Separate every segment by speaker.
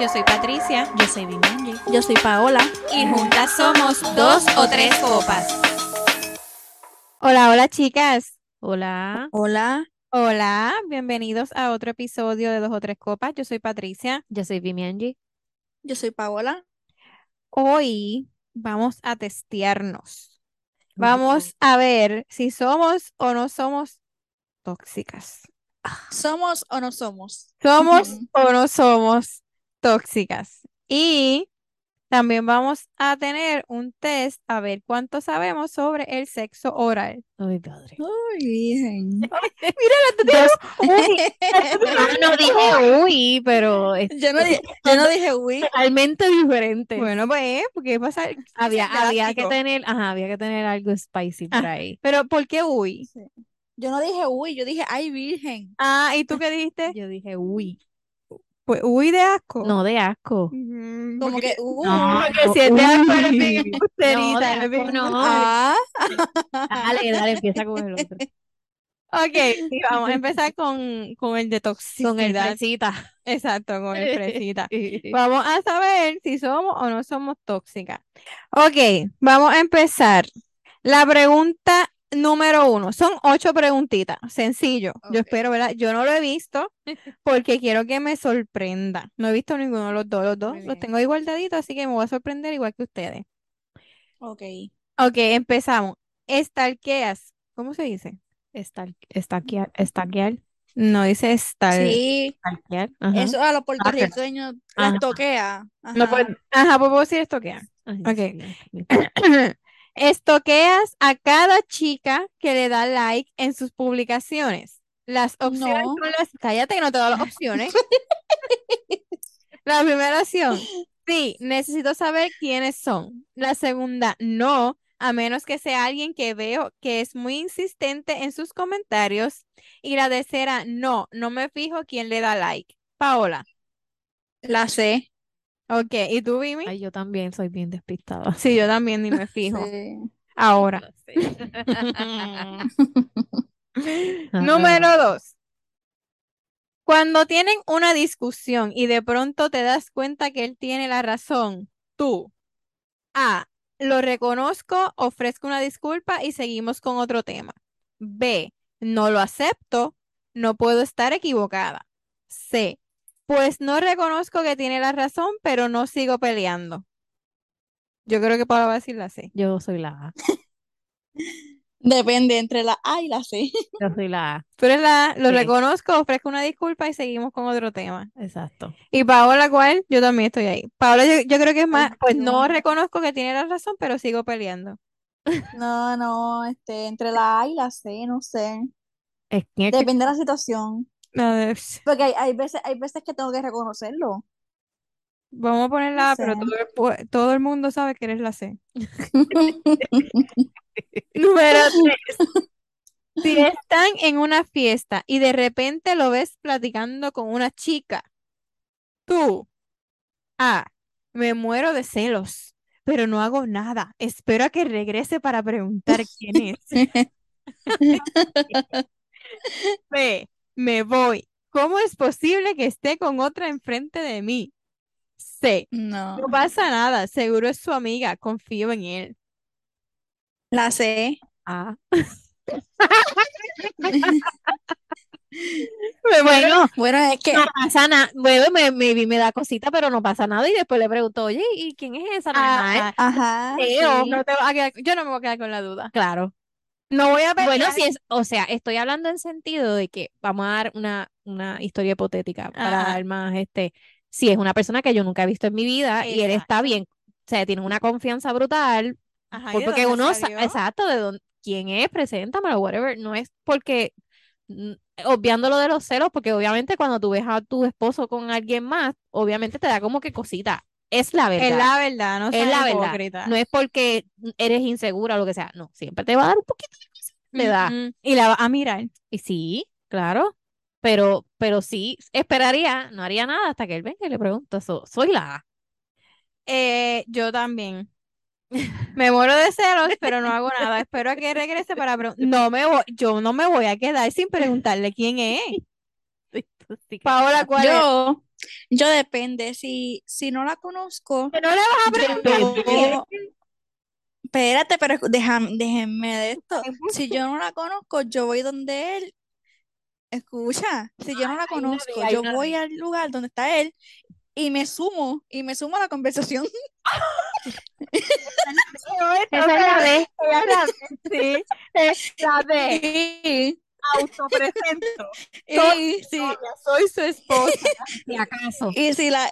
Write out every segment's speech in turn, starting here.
Speaker 1: Yo soy Patricia.
Speaker 2: Yo soy Bimanji.
Speaker 3: Yo soy Paola.
Speaker 1: Y juntas somos dos o tres copas.
Speaker 3: Hola, hola chicas.
Speaker 2: Hola.
Speaker 3: Hola. Hola, bienvenidos a otro episodio de Dos o Tres Copas. Yo soy Patricia.
Speaker 2: Yo soy Bimanji.
Speaker 3: Yo soy Paola. Hoy vamos a testearnos. Vamos a ver si somos o no somos tóxicas.
Speaker 4: ¿Somos o no somos?
Speaker 3: Somos o no somos tóxicas. Y también vamos a tener un test a ver cuánto sabemos sobre el sexo oral.
Speaker 2: Ay, padre.
Speaker 4: Muy bien.
Speaker 2: no dije uy, pero es
Speaker 4: Yo no, di- yo no dije uy.
Speaker 2: totalmente diferente.
Speaker 3: Bueno, pues, porque pasa.
Speaker 2: había, había que
Speaker 3: drástico.
Speaker 2: tener, ajá, había que tener algo spicy por
Speaker 3: Ah.
Speaker 2: ahí.
Speaker 3: Pero, ¿por qué uy?
Speaker 4: Yo no dije uy, yo dije ay virgen.
Speaker 3: Ah, ¿y tú qué dijiste?
Speaker 2: Yo dije uy.
Speaker 3: Pues uy de asco.
Speaker 2: No de asco.
Speaker 3: Mm,
Speaker 4: Como
Speaker 3: porque-
Speaker 4: que uh, uy.
Speaker 2: No,
Speaker 3: porque si es de asco, eres
Speaker 2: uy.
Speaker 3: bien
Speaker 2: No, de
Speaker 3: embusterita, eres
Speaker 2: asco,
Speaker 3: bien-
Speaker 2: no.
Speaker 4: Ah,
Speaker 2: Dale, dale, empieza con el otro.
Speaker 3: Ok, sí, vamos a empezar con, con el de toxicidad.
Speaker 2: Con el salsita.
Speaker 3: Exacto, con el fresita. Vamos a saber si somos o no somos tóxicas. Ok, vamos a empezar. La pregunta número uno. Son ocho preguntitas. Sencillo. Yo
Speaker 4: Ok.
Speaker 3: espero, ¿verdad? Yo no lo he visto porque quiero que me sorprenda. No he visto ninguno de los dos. Los dos
Speaker 4: Muy
Speaker 3: los
Speaker 4: bien.
Speaker 3: tengo igualdaditos, así que me voy a sorprender igual que ustedes.
Speaker 4: ok.
Speaker 3: Ok, empezamos. Estalqueas. ¿Cómo se dice?
Speaker 2: Estar, estaquear, estaquear,
Speaker 3: No dice estal.
Speaker 4: Sí,
Speaker 2: estaquear. Ajá. Ah,
Speaker 4: eso a los puertorriqueños las
Speaker 2: Ajá.
Speaker 4: toquea.
Speaker 3: No, pues,
Speaker 4: Ajá.
Speaker 3: ajá, pues puedo decir estoquear.
Speaker 2: Ay,
Speaker 3: ok.
Speaker 2: sí.
Speaker 3: Estoqueas a cada chica que le da like en sus publicaciones. Las opciones
Speaker 4: No.
Speaker 3: son las... Cállate que no te doy las opciones. La primera opción, sí, necesito saber quiénes son. La segunda, no, a menos que sea alguien que veo que es muy insistente en sus comentarios. Y la tercera, no, no me fijo quién le da like. Paola,
Speaker 4: La C.
Speaker 3: ok, ¿y tú, Vimi?
Speaker 2: Ay, yo también soy bien despistada.
Speaker 3: Sí, yo también ni me fijo.
Speaker 4: Sí.
Speaker 3: Ahora. Número dos. Cuando tienen una discusión y de pronto te das cuenta que él tiene la razón, tú. A. Lo reconozco, ofrezco una disculpa y seguimos con otro tema. B. No lo acepto, no puedo estar equivocada. C. Pues no reconozco que tiene la razón, pero no sigo peleando. Yo creo que Paula va a decir la C.
Speaker 2: Yo soy la A.
Speaker 4: Depende entre la A y la C.
Speaker 2: Yo soy la A.
Speaker 3: Pero es la A. Lo
Speaker 2: Sí.
Speaker 3: reconozco, ofrezco una disculpa y seguimos con otro tema.
Speaker 2: Exacto.
Speaker 3: Y Paola, ¿cuál? Yo también estoy ahí. Paola, yo, yo creo que es más, pues no
Speaker 4: no.
Speaker 3: reconozco que tiene la razón, pero sigo peleando.
Speaker 4: No, no, este, entre la A y la C, no sé.
Speaker 2: Es que,
Speaker 4: Depende de la situación.
Speaker 3: A ver, pss,
Speaker 4: Porque hay, hay veces, hay veces que tengo que reconocerlo.
Speaker 3: Vamos a poner la A, pero
Speaker 4: sé.
Speaker 3: todo el, pu- todo el mundo sabe que eres la C. Número tres. Si están en una fiesta y de repente lo ves platicando con una chica, tú, A, me muero de celos, pero no hago nada. Espero a que regrese para preguntar quién es. B, me voy. ¿Cómo es posible que esté con otra enfrente de mí? C,
Speaker 4: No.
Speaker 3: no pasa nada, seguro es su amiga, confío en él.
Speaker 4: La C.
Speaker 2: ah,
Speaker 3: Bueno,
Speaker 4: Bueno, es que
Speaker 2: no pasa nada. Bueno, me, maybe me da cosita, pero no pasa nada. Y después le pregunto, oye, ¿y quién es esa?
Speaker 3: ah,
Speaker 2: Normal.
Speaker 4: Ajá,
Speaker 3: Teo,
Speaker 4: sí.
Speaker 3: no te vas a quedar- yo no me voy a quedar con la duda.
Speaker 2: Claro.
Speaker 3: No voy a pelear.
Speaker 2: Bueno, si es, o sea, estoy hablando en sentido de que vamos a dar una, una historia hipotética para
Speaker 3: Ajá.
Speaker 2: dar más, este, si es una persona que yo nunca he visto en mi vida y él
Speaker 3: Exacto.
Speaker 2: está bien, o sea, tiene una confianza brutal,
Speaker 3: Ajá, ¿y
Speaker 2: Pues
Speaker 3: de
Speaker 2: porque
Speaker 3: dónde
Speaker 2: uno, sa-
Speaker 3: salió?
Speaker 2: exacto, de dónde, quién es, preséntamelo, whatever. No es porque, mm, obviando lo de los celos, porque obviamente cuando tú ves a tu esposo con alguien más, obviamente te da como que cosita. Es la
Speaker 3: Es
Speaker 2: verdad.
Speaker 3: la verdad, no
Speaker 2: Es la
Speaker 3: seas
Speaker 2: verdad.
Speaker 3: hipócrita.
Speaker 2: No es porque eres insegura o lo que sea. No, siempre te va a dar un poquito de cosita. Le da.
Speaker 3: Mm, Y la vas a mirar.
Speaker 2: Y sí, claro. Pero, pero sí, esperaría, no haría nada hasta que él venga y le pregunte. So- soy la A.
Speaker 3: Eh, yo también. Me muero de celos, pero no hago nada. Espero a que regrese para preguntar. No me voy, yo no me voy a quedar sin preguntarle quién es.
Speaker 2: Sí, sí que-
Speaker 3: Paola, ¿cuál es?
Speaker 4: Yo, Yo depende, si, si no la conozco,
Speaker 3: Pero no le vas a
Speaker 4: yo
Speaker 2: Depende.
Speaker 4: no- espérate, pero escu- déjame, déjenme de esto. Si yo no la conozco, yo voy donde él. Escucha, si yo no la
Speaker 2: hay una
Speaker 4: conozco,
Speaker 2: vía, hay
Speaker 4: yo
Speaker 2: una
Speaker 4: voy al lugar donde está él y me sumo, y me sumo a la conversación.
Speaker 2: Esa es la de.
Speaker 3: Sí, es la de
Speaker 4: Y,
Speaker 3: autopresento.
Speaker 4: y si,
Speaker 3: Soy su esposa.
Speaker 2: Si acaso.
Speaker 4: y si la,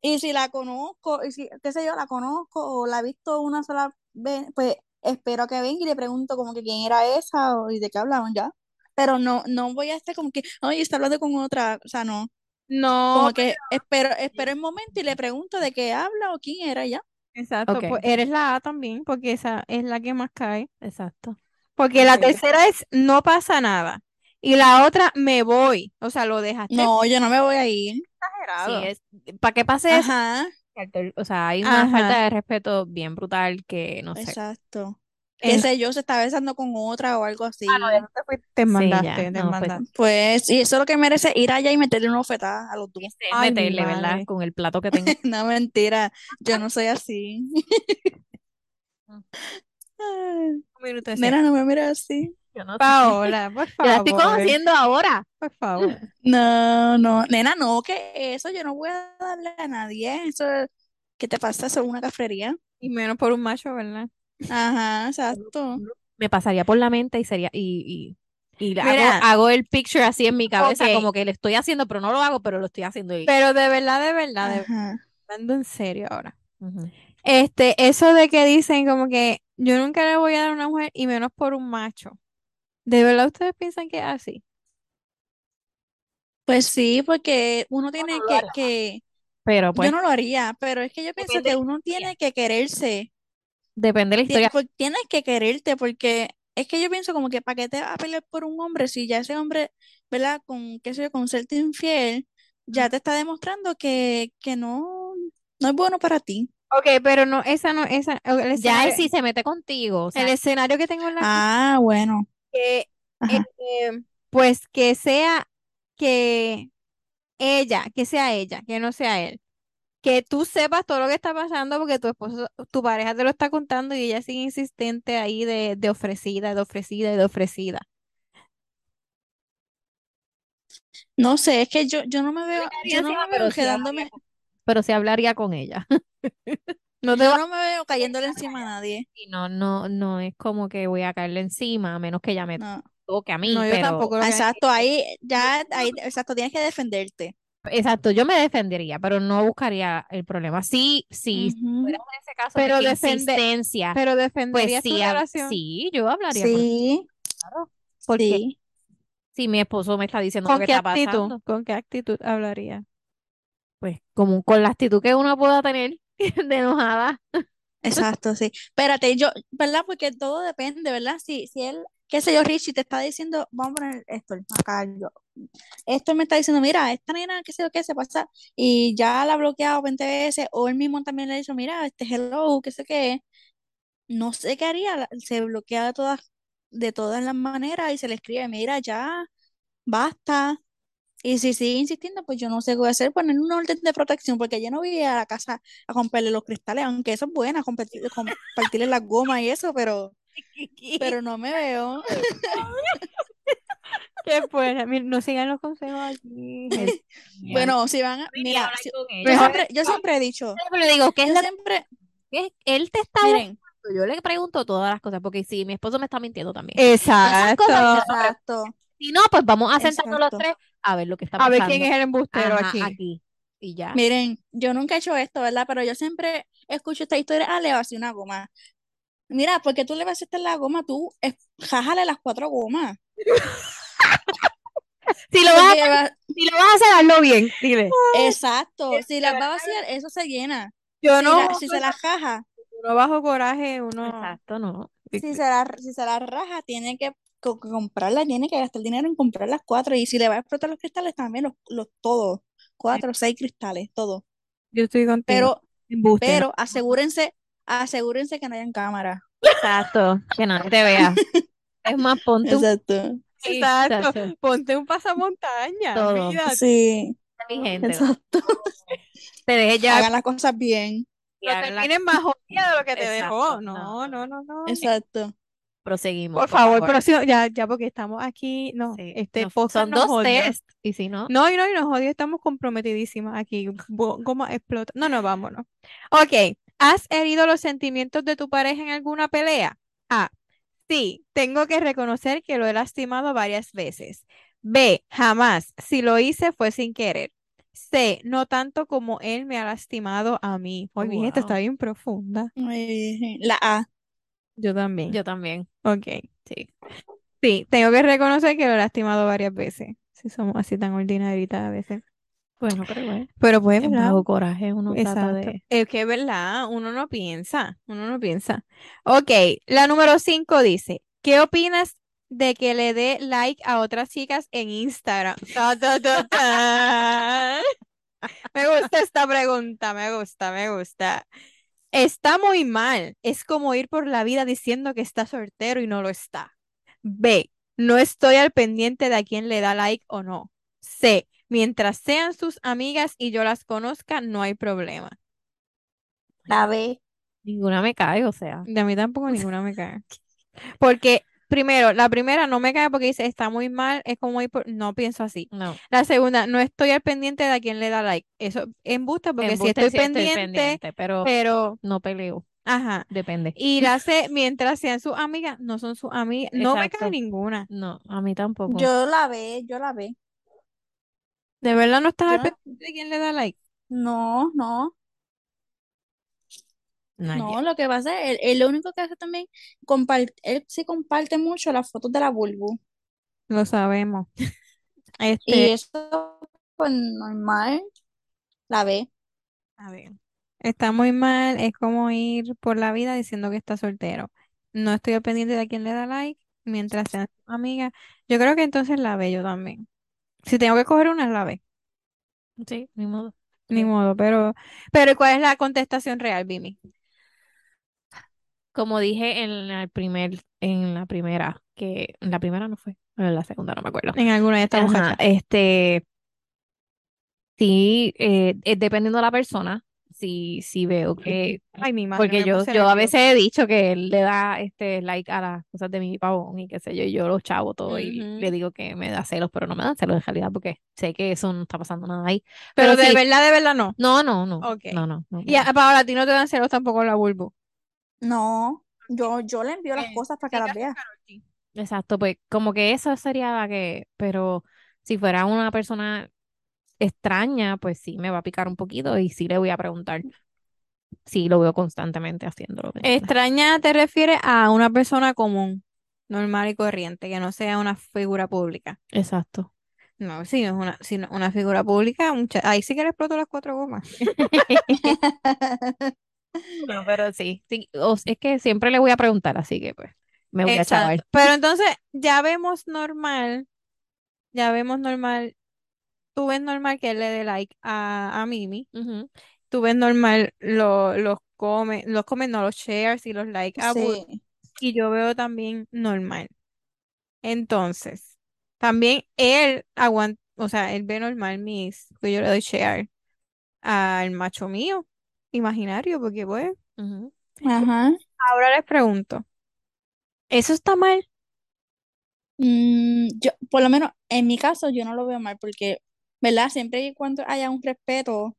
Speaker 4: y si la conozco, y si, qué sé yo, la conozco o la he visto una sola vez, pues espero que venga y le pregunto como que quién era esa o, y de qué hablaban ya. Pero no, no voy a estar como que, ay, está hablando con otra, o sea, no.
Speaker 3: No,
Speaker 4: Como que espero, espero el momento y le pregunto de qué habla o quién era ya.
Speaker 3: exacto.
Speaker 2: Ok.
Speaker 3: pues eres la A también, porque esa es la que más cae.
Speaker 2: Exacto.
Speaker 3: Porque la
Speaker 4: Ok.
Speaker 3: tercera es no pasa nada. Y la otra, me voy. O sea, lo dejaste
Speaker 4: No, yo no me voy a ir.
Speaker 3: exagerado.
Speaker 2: ¿Para qué pase eso?
Speaker 4: Ajá,
Speaker 2: O sea, hay una falta
Speaker 3: Ajá.
Speaker 2: de respeto bien brutal que no sé.
Speaker 4: exacto. Qué sé yo, se está besando con otra o algo así.
Speaker 3: Ah, no, ya no te fuiste, te
Speaker 2: Sí, ya,
Speaker 3: mandaste, te
Speaker 2: no, pues,
Speaker 3: mandaste.
Speaker 4: Pues, y eso es lo que merece ir allá y meterle una ofetada a los dos.
Speaker 2: Este,
Speaker 3: Ay, mi
Speaker 2: meterle, ¿verdad?
Speaker 3: madre.
Speaker 2: Con el plato que tengo.
Speaker 4: No, mentira, yo no soy así.
Speaker 2: Ah.
Speaker 4: Ay,
Speaker 3: Un minuto de
Speaker 2: Pues
Speaker 4: Nena, no me mires así.
Speaker 2: Yo no sé.
Speaker 3: Paola, por
Speaker 2: Yo la estoy
Speaker 3: favor,
Speaker 2: conociendo ahora.
Speaker 3: por favor.
Speaker 4: No, no, nena, no, que eso yo no voy a darle a nadie. Eso, ¿qué te pasa? Eso es una cafrería.
Speaker 3: Y menos por un macho, ¿verdad?
Speaker 4: Ajá, exacto.
Speaker 2: Me pasaría por la mente y sería. Y, y, y hago,
Speaker 3: Mira.
Speaker 2: hago el picture así en mi cabeza,
Speaker 3: Ok.
Speaker 2: como que lo estoy haciendo, pero no lo hago, pero lo estoy haciendo. y-
Speaker 3: Pero de verdad, de
Speaker 2: Ah,
Speaker 3: verdad, de
Speaker 4: Ajá.
Speaker 3: hablando en serio ahora.
Speaker 2: Ujú.
Speaker 3: Este, eso de que dicen como que yo nunca le voy a dar a una mujer y menos por un macho. ¿De verdad ustedes piensan que es así?
Speaker 4: Pues sí, porque uno tiene
Speaker 2: no lo
Speaker 4: que,
Speaker 2: haría.
Speaker 4: que,
Speaker 2: Pero pues,
Speaker 4: yo no lo haría, pero es que yo pienso
Speaker 2: Depende
Speaker 4: que uno tiene que quererse,
Speaker 2: depende de la
Speaker 4: Tien-
Speaker 2: historia.
Speaker 4: por- pues tienes que quererte, porque es que yo pienso como que para qué te vas a pelear por un hombre si ya ese hombre, ¿verdad? Con, qué sé yo, con serte infiel, ya te está demostrando que, que no, no es bueno para ti.
Speaker 3: Ok, pero no, esa no, esa, o- el
Speaker 2: Ya él
Speaker 3: escenario,
Speaker 2: sí se mete contigo. o sea,
Speaker 3: eh, el escenario que tengo en la
Speaker 4: Ah, bueno.
Speaker 3: que,
Speaker 4: Ajá.
Speaker 3: este, pues que sea que ella, que sea ella, que no sea él. Que tú sepas todo lo que está pasando porque tu esposo, tu pareja te lo está contando y ella sigue insistente ahí de, de ofrecida, de ofrecida y de ofrecida.
Speaker 4: No sé, es que yo, yo no me veo, yo no
Speaker 2: sí,
Speaker 4: me
Speaker 2: ah,
Speaker 4: veo
Speaker 2: pero sí
Speaker 4: quedándome,
Speaker 2: pero sí hablaría con ella.
Speaker 3: No te
Speaker 4: yo
Speaker 3: va-
Speaker 4: no me veo cayéndole encima a nadie.
Speaker 2: Y no, no, no es como que voy a caerle encima, a menos que ella me
Speaker 4: No.
Speaker 2: toque a mí,
Speaker 3: No, yo
Speaker 2: pero
Speaker 3: tampoco lo haría.
Speaker 4: Exacto, ahí, ya, ahí, exacto, tienes que defenderte.
Speaker 2: exacto, yo me defendería, pero no buscaría el problema. Sí, sí,
Speaker 4: Ujú.
Speaker 2: fuéramos en ese caso
Speaker 3: Pero
Speaker 2: de que
Speaker 3: defende-
Speaker 2: insistencia,
Speaker 3: Pero
Speaker 2: pues
Speaker 3: defenderías tu
Speaker 2: sí, hab-
Speaker 3: relación.
Speaker 2: sí, yo hablaría con
Speaker 4: Sí,
Speaker 2: claro, porque
Speaker 4: sí.
Speaker 2: si mi esposo me está diciendo lo
Speaker 3: ¿Con
Speaker 2: que
Speaker 3: qué
Speaker 2: está
Speaker 3: actitud?
Speaker 2: pasando,
Speaker 3: ¿Con qué actitud hablaría?
Speaker 2: pues como con la actitud que uno pueda tener de enojada.
Speaker 4: Exacto, sí. Espérate, yo, ¿verdad? Porque todo depende, ¿verdad? Si, si él, qué sé yo, Richie, te está diciendo, vamos a poner esto, acá yo. Esto me está diciendo, mira, esta nena, qué sé yo, qué se pasa, y ya la ha bloqueado 20 veces, o él mismo también le ha dicho, mira, este hello, qué sé qué. No sé qué haría, la- se bloquea de todas, de todas las maneras y se le escribe, mira, ya, basta. Y si sigue insistiendo, pues yo no sé qué voy a hacer, poner un orden de protección, porque yo no voy a ir a la casa a romperle los cristales, aunque eso es bueno, compartir, compartirle las gomas y eso, pero, pero no me veo.
Speaker 3: Qué fuera, mira, no sigan los consejos aquí. gente.
Speaker 4: Bueno, si van a,
Speaker 2: Yo iría a
Speaker 4: mira,
Speaker 2: hablar
Speaker 4: si-
Speaker 2: con ella.
Speaker 4: yo
Speaker 3: Mejor-
Speaker 4: siempre, yo siempre he dicho,
Speaker 2: Pero le digo, ¿qué es
Speaker 4: yo
Speaker 2: lo
Speaker 4: siempre,
Speaker 2: que él te está
Speaker 4: miren,
Speaker 2: buscando? Yo le pregunto todas las cosas, porque si mi esposo me está mintiendo
Speaker 3: Eh,
Speaker 2: también.
Speaker 3: Exacto.
Speaker 2: cosas que-
Speaker 4: exacto,
Speaker 2: Si no, pues vamos a sentarnos los
Speaker 4: Exacto.
Speaker 2: tres a ver lo que está
Speaker 3: A ver
Speaker 2: pasando.
Speaker 3: quién es el embustero
Speaker 2: Ajá,
Speaker 3: aquí.
Speaker 2: Y ya.
Speaker 4: miren, yo nunca he hecho esto, ¿verdad? Pero yo siempre escucho esta historia, ah, le vacié una goma. Mira, porque tú le vaciaste la goma, tú es- jájale las cuatro gomas.
Speaker 2: Si lo, vas,
Speaker 4: Porque va-
Speaker 2: si lo vas a hacer, hazlo bien, dile.
Speaker 4: exacto, si las va a vaciar, eso se llena.
Speaker 3: Yo
Speaker 4: Si,
Speaker 3: no,
Speaker 4: la- si se las jaja,
Speaker 3: uno bajo coraje, uno.
Speaker 2: Exacto, no.
Speaker 4: si se la, si se la raja, tiene que co- comprarla, tiene que gastar dinero en comprar las cuatro. Y si le va a explotar los cristales, también los, los todos. Cuatro, seis cristales, todo.
Speaker 3: Yo estoy contigo.
Speaker 4: Pero,
Speaker 2: Embustero.
Speaker 4: pero asegúrense, asegúrense que no hayan cámara.
Speaker 2: Exacto, que nadie te vea. Es más, ponte un
Speaker 4: Exacto.
Speaker 2: sí,
Speaker 3: Exacto.
Speaker 2: exacto.
Speaker 3: Ponte un pasamontaña.
Speaker 4: Ah,
Speaker 2: Todo.
Speaker 3: olvídate.
Speaker 4: Sí.
Speaker 2: mi gente.
Speaker 4: Exacto.
Speaker 2: Te dejes llevar
Speaker 4: Hagan las cosas bien.
Speaker 2: y
Speaker 3: No
Speaker 2: hagan la-
Speaker 3: termines más jodida de lo que te
Speaker 2: Exacto,
Speaker 3: dejó.
Speaker 2: no,
Speaker 3: No, no, no, no.
Speaker 4: Exacto.
Speaker 2: Proseguimos.
Speaker 3: Por favor, próximo, ya, ya porque estamos aquí, no,
Speaker 2: Sí,
Speaker 3: este
Speaker 2: nos-
Speaker 3: podcast
Speaker 2: son
Speaker 3: nos
Speaker 2: dos
Speaker 3: jodió.
Speaker 2: test. Y si no,
Speaker 3: No, y no, y nos jodió, estamos comprometidísimas aquí, bo- goma explota. No, no, vámonos. Ok, ¿has herido los sentimientos de tu pareja en alguna pelea? A, sí, tengo que reconocer que lo he lastimado varias veces. B, jamás, si lo hice fue sin querer. C, no tanto como él me ha lastimado a mí. Oye, mi gente está
Speaker 2: Wow.
Speaker 3: bien profunda.
Speaker 4: Muy bien. La A.
Speaker 3: Yo también.
Speaker 2: yo también.
Speaker 3: Ok.
Speaker 2: Sí.
Speaker 3: Sí, tengo que reconocer que lo he lastimado varias veces. Si somos así tan ordinaritas a veces.
Speaker 2: Bueno, pero bueno.
Speaker 3: Pero pues,
Speaker 2: En
Speaker 3: ¿verdad?
Speaker 2: bajo coraje uno trata
Speaker 3: Exacto.
Speaker 2: de.
Speaker 3: Es que es verdad, uno no piensa, uno no piensa. Ok, la número 5 dice, ¿qué opinas de que le dé like a otras chicas en Instagram? Ta, ta, ta, ta. Me gusta esta pregunta, me gusta, me gusta. Está muy mal, es como ir por la vida diciendo que está soltero y no lo está. B, no estoy al pendiente de a quién le da like o no. C, mientras sean sus amigas y yo las conozca, no hay problema.
Speaker 4: La B.
Speaker 2: Ninguna me cae, o sea.
Speaker 3: De a mí tampoco ninguna me cae. Porque, primero, la primera no me cae porque dice, está muy mal, es como ir por-". No pienso así.
Speaker 2: No.
Speaker 3: La segunda, no estoy al pendiente de a quién le da like. Eso embuste porque si
Speaker 2: embuste
Speaker 3: estoy
Speaker 2: sí
Speaker 3: pendiente,
Speaker 2: pero
Speaker 3: pero,
Speaker 2: no peleo.
Speaker 3: ajá.
Speaker 2: Depende.
Speaker 3: Y la C, mientras sean sus amigas, no son sus amigas. No me
Speaker 2: Exacto.
Speaker 3: cae ninguna.
Speaker 2: No, a mí tampoco.
Speaker 4: Yo la B, yo la B.
Speaker 3: De verdad no estás al
Speaker 4: Yo no-
Speaker 3: pendiente de quién le da like.
Speaker 4: No, no,
Speaker 2: Nah,
Speaker 4: no. Lo que pasa es, él, él lo único que hace también, comparte, él sí comparte mucho las fotos de la Bulbu.
Speaker 3: Lo sabemos.
Speaker 4: Y
Speaker 3: Este,
Speaker 4: eso, pues normal. La B.
Speaker 3: A ver, está muy mal, es como ir por la vida diciendo que está soltero. No estoy al pendiente de a quién le da like mientras sean sus amigas. Yo creo que entonces la ve yo también. Si tengo que coger una, es la ve,
Speaker 2: ya. Sí, ni modo.
Speaker 3: ni modo, pero, pero ¿y ¿cuál es la contestación real, Bimi?
Speaker 2: Como dije en la primer, en la primera, que en la primera no fue, en la segunda no me acuerdo.
Speaker 3: En alguna de estas
Speaker 2: Ajá,
Speaker 3: muchachas.
Speaker 2: este, sí, eh, eh, dependiendo de la persona, si si veo que,
Speaker 3: Ay, mi madre,
Speaker 2: porque
Speaker 3: me
Speaker 2: yo,
Speaker 3: puse
Speaker 2: yo
Speaker 3: nerviosa.
Speaker 2: a veces he dicho que él le da este like a las cosas de mi pavón y qué sé yo, y yo los chavo todo y
Speaker 3: Ujú.
Speaker 2: le digo que me da celos, pero no me dan celos en realidad porque sé que eso no está pasando nada ahí.
Speaker 3: Pero
Speaker 2: Pero
Speaker 3: de
Speaker 2: sí,
Speaker 3: verdad, de verdad no.
Speaker 2: no, no, no,
Speaker 3: Ok.
Speaker 2: no, no, no,
Speaker 3: Y a,
Speaker 2: no.
Speaker 3: Paola, a ti no te dan celos tampoco la Bulbu.
Speaker 4: No. Yo, yo le envío las
Speaker 3: Eh,
Speaker 4: cosas para que las vea.
Speaker 2: Exacto, pues como que eso sería la que, pero si fuera una persona extraña, pues sí me va a picar un poquito y sí le voy a preguntar. Sí, lo veo constantemente haciéndolo. ¿me entiendes?
Speaker 3: Extraña te refieres a una persona común, normal y corriente, que no sea una figura pública.
Speaker 2: Exacto.
Speaker 3: No, si no es una, si no es una figura pública, mucha- ahí sí que le exploto las cuatro gomas.
Speaker 2: No, pero sí, sí, o s- es que siempre le voy a preguntar, así que pues me voy a chaval.
Speaker 3: Exacto. Pero entonces ya vemos normal, ya vemos normal, tú ves normal que él le dé like a, a Mimi,
Speaker 2: Ujú.
Speaker 3: tú ves normal lo- los comen, los comen, no los shares y los likes a Bud-
Speaker 4: Sí.
Speaker 3: y yo veo también normal. Entonces, también él aguanta, o sea, él ve normal mis, que yo le doy share al macho mío, imaginario, porque pues, bueno.
Speaker 2: Ujú.
Speaker 4: Ajá.
Speaker 3: Ahora les pregunto, ¿eso está mal?
Speaker 4: Mm, yo, por lo menos en mi caso, yo no lo veo mal porque, ¿verdad? Siempre y cuando haya un respeto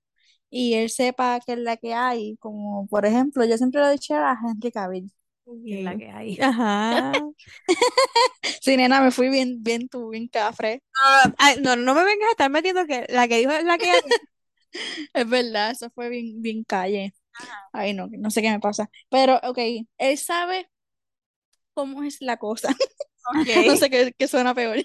Speaker 4: y él sepa que es la que hay, como por ejemplo, yo siempre lo he dicho a Henry Cavill.
Speaker 2: Es la que hay.
Speaker 3: Ajá.
Speaker 4: Sí, nena, me fui bien, bien tú, bien cafre.
Speaker 3: Ay, no, no me vengas a estar metiendo que la que dijo es la que...
Speaker 4: Es verdad, eso fue bien, bien calle. Ay, no, no sé qué me pasa. Pero, ok, él sabe cómo es la cosa. No sé qué, qué suena peor.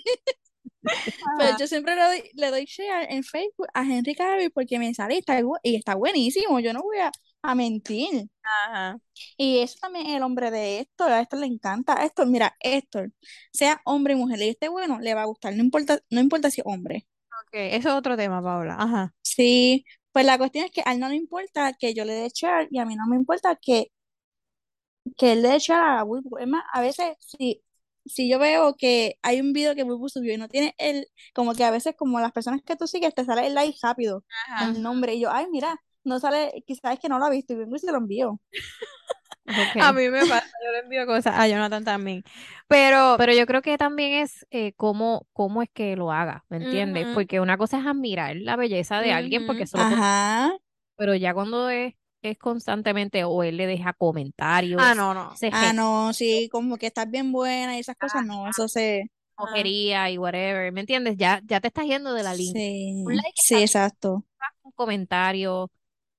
Speaker 4: Pero yo siempre le doy, le doy share en Facebook a Henry Cavill porque me sale y está, bu- y está buenísimo. Yo no voy a, a mentir.
Speaker 3: Ajá.
Speaker 4: Y eso también es el hombre de Héctor. A Héctor le encanta. A Héctor, mira, Héctor, sea hombre y mujer, y esté bueno, le va a gustar. No importa, no importa si es hombre.
Speaker 3: Ok, eso es otro tema, Paola. Ajá.
Speaker 4: Sí, pues la cuestión es que a él no le importa que yo le dé share y a mí no me importa que, que él le dé share a la Bulbu. Es más, a veces, si si yo veo que hay un video que Bulbu subió y no tiene el, como que a veces como las personas que tú sigues te sale el like rápido,
Speaker 1: Ajá.
Speaker 4: el nombre, y yo, ay, mira, no sale, quizás es que no lo ha visto y vengo y se lo envío.
Speaker 2: Ok.
Speaker 3: A mí me pasa, yo le envío cosas a Jonathan también. Pero
Speaker 2: Pero yo creo que también es eh, cómo, cómo es que lo haga, ¿me entiendes?
Speaker 3: Ujú.
Speaker 2: Porque una cosa es admirar la belleza de alguien porque
Speaker 3: Ujú.
Speaker 2: eso lo puedo-
Speaker 4: Ajá.
Speaker 2: pero ya cuando es, es constantemente o él le deja comentarios,
Speaker 3: Ah, no, no.
Speaker 2: se
Speaker 4: Ah, no, sí, como que estás bien buena y esas cosas, no, eso se...
Speaker 3: Ah.
Speaker 2: cogería y whatever, ¿me entiendes? Ya, ya te estás yendo de la línea.
Speaker 4: Sí,
Speaker 2: Un like
Speaker 4: sí, exacto.
Speaker 2: Un comentario,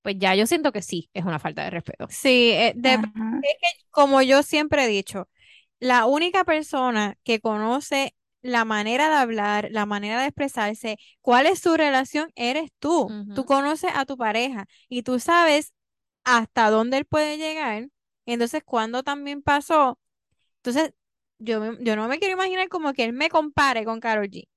Speaker 2: pues ya yo siento que sí, es una falta de respeto.
Speaker 3: Sí, eh, de-
Speaker 4: Ajá.
Speaker 3: es que como yo siempre he dicho, la única persona que conoce la manera de hablar, la manera de expresarse, cuál es su relación, eres tú. Tú
Speaker 2: Ujú.
Speaker 3: conoces a tu pareja y tú sabes hasta dónde él puede llegar. Entonces, cuando también pasó, entonces yo, me- yo no me quiero imaginar como que él me compare con Karol G.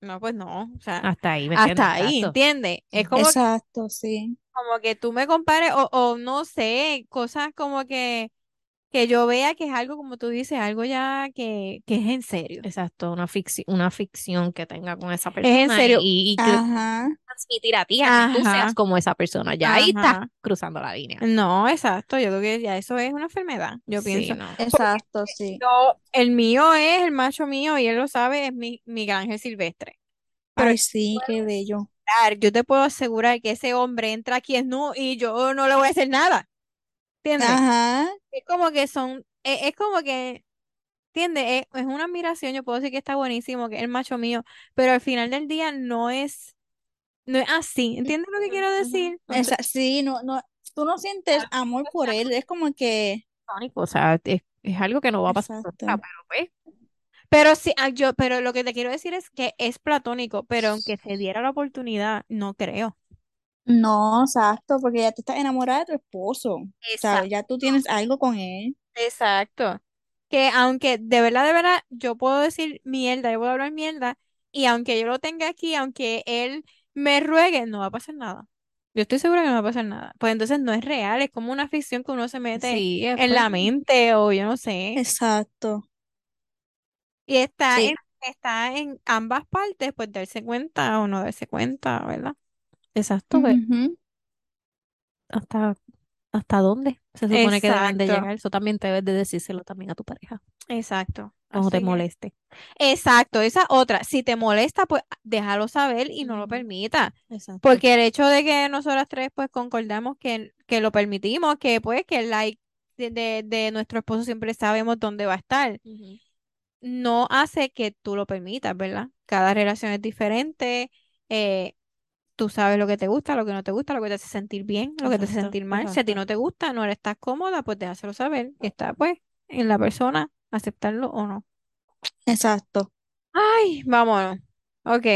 Speaker 3: No, pues no, o sea,
Speaker 2: Hasta ahí, Ah, ¿me entiendes?
Speaker 3: hasta ahí,
Speaker 2: Exacto.
Speaker 3: ¿entiendes? Es
Speaker 2: Ujú.
Speaker 3: como que
Speaker 4: Exacto, sí.
Speaker 3: como que tú me compares o, o no sé, cosas como que, que yo vea que es algo, como tú dices, algo ya que, que es en serio.
Speaker 2: Exacto, una ficción, una ficción que tenga con esa
Speaker 3: en
Speaker 2: persona y-
Speaker 3: serio. Ah.
Speaker 2: y, y que
Speaker 4: Ajá.
Speaker 2: transmitir a ti a que tú seas
Speaker 3: Ajá.
Speaker 2: como esa persona. Ya ahí estás
Speaker 3: Ajá.
Speaker 2: cruzando la línea.
Speaker 3: No, exacto, yo creo que ya eso es una enfermedad, yo
Speaker 2: Sí,
Speaker 3: pienso.
Speaker 2: no.
Speaker 4: Exacto, sí.
Speaker 3: Yo, el mío es el macho mío y él lo sabe, es mi, mi ángel silvestre. Pero
Speaker 4: Ay, sí, qué bello.
Speaker 3: claro, yo te puedo asegurar que ese hombre entra aquí es no y yo no le voy a hacer nada. ¿Entiendes?
Speaker 4: Ajá.
Speaker 3: Es como que son, e- es, como que, ¿entiendes? Es, es una admiración, yo puedo decir que está buenísimo, que es el macho mío, pero al final del día no es, no es así, ¿entiendes lo que quiero
Speaker 2: Ujú.
Speaker 3: decir? Ah,
Speaker 4: Esa, sí, no, no, tú no sientes amor por él, es como que,
Speaker 2: Icónico, O sea, es, es algo que no va a pasar
Speaker 4: exacto,
Speaker 2: nunca, pero pues,
Speaker 3: Pero sí, ah, yo, pero lo que te quiero decir es que es platónico, pero aunque se diera la oportunidad, no creo.
Speaker 4: no, exacto, porque ya tú estás enamorada de tu esposo,
Speaker 3: Exacto.
Speaker 4: ¿sabes? Ya tú tienes algo con él.
Speaker 3: Exacto. Que aunque de verdad, de verdad, yo puedo decir mierda, yo puedo hablar mierda, y aunque yo lo tenga aquí, aunque él me ruegue, no va a pasar nada. Yo estoy segura que no va a pasar nada. Pues entonces no es real, es como una ficción que uno se mete
Speaker 2: sí, es,
Speaker 3: en
Speaker 2: pues,
Speaker 3: la mente o yo no sé.
Speaker 4: Exacto,
Speaker 3: Y está en,
Speaker 4: sí,
Speaker 3: está en ambas partes, pues darse cuenta o no darse cuenta, ¿verdad?
Speaker 2: exacto, pues,
Speaker 4: ujú,
Speaker 2: hasta, hasta dónde se supone que deben de
Speaker 3: Exacto.
Speaker 2: llegar. Eso también te debes de decírselo también a tu pareja,
Speaker 3: Exacto.
Speaker 2: cuando te
Speaker 3: Así que-
Speaker 2: moleste.
Speaker 3: Exacto, esa otra. Si te molesta, pues déjalo saber y no lo
Speaker 2: Ujú.
Speaker 3: permita.
Speaker 2: Exacto.
Speaker 3: Porque el hecho de que nosotras tres pues concordamos que, que lo permitimos, que pues que el like de, de- de nuestro esposo siempre sabemos dónde va a estar,
Speaker 2: Ujú.
Speaker 3: no hace que tú lo permitas, ¿verdad? Cada relación es diferente, eh, tú sabes lo que te gusta, lo que no te gusta, lo que te hace sentir bien, lo que te hace
Speaker 2: Exacto,
Speaker 3: sentir mal. Si a ti
Speaker 2: exacto.
Speaker 3: no te gusta, no le estás cómoda, pues déjaselo saber. Y está pues en la persona aceptarlo o no.
Speaker 4: exacto.
Speaker 3: Ay, vámonos. Ok.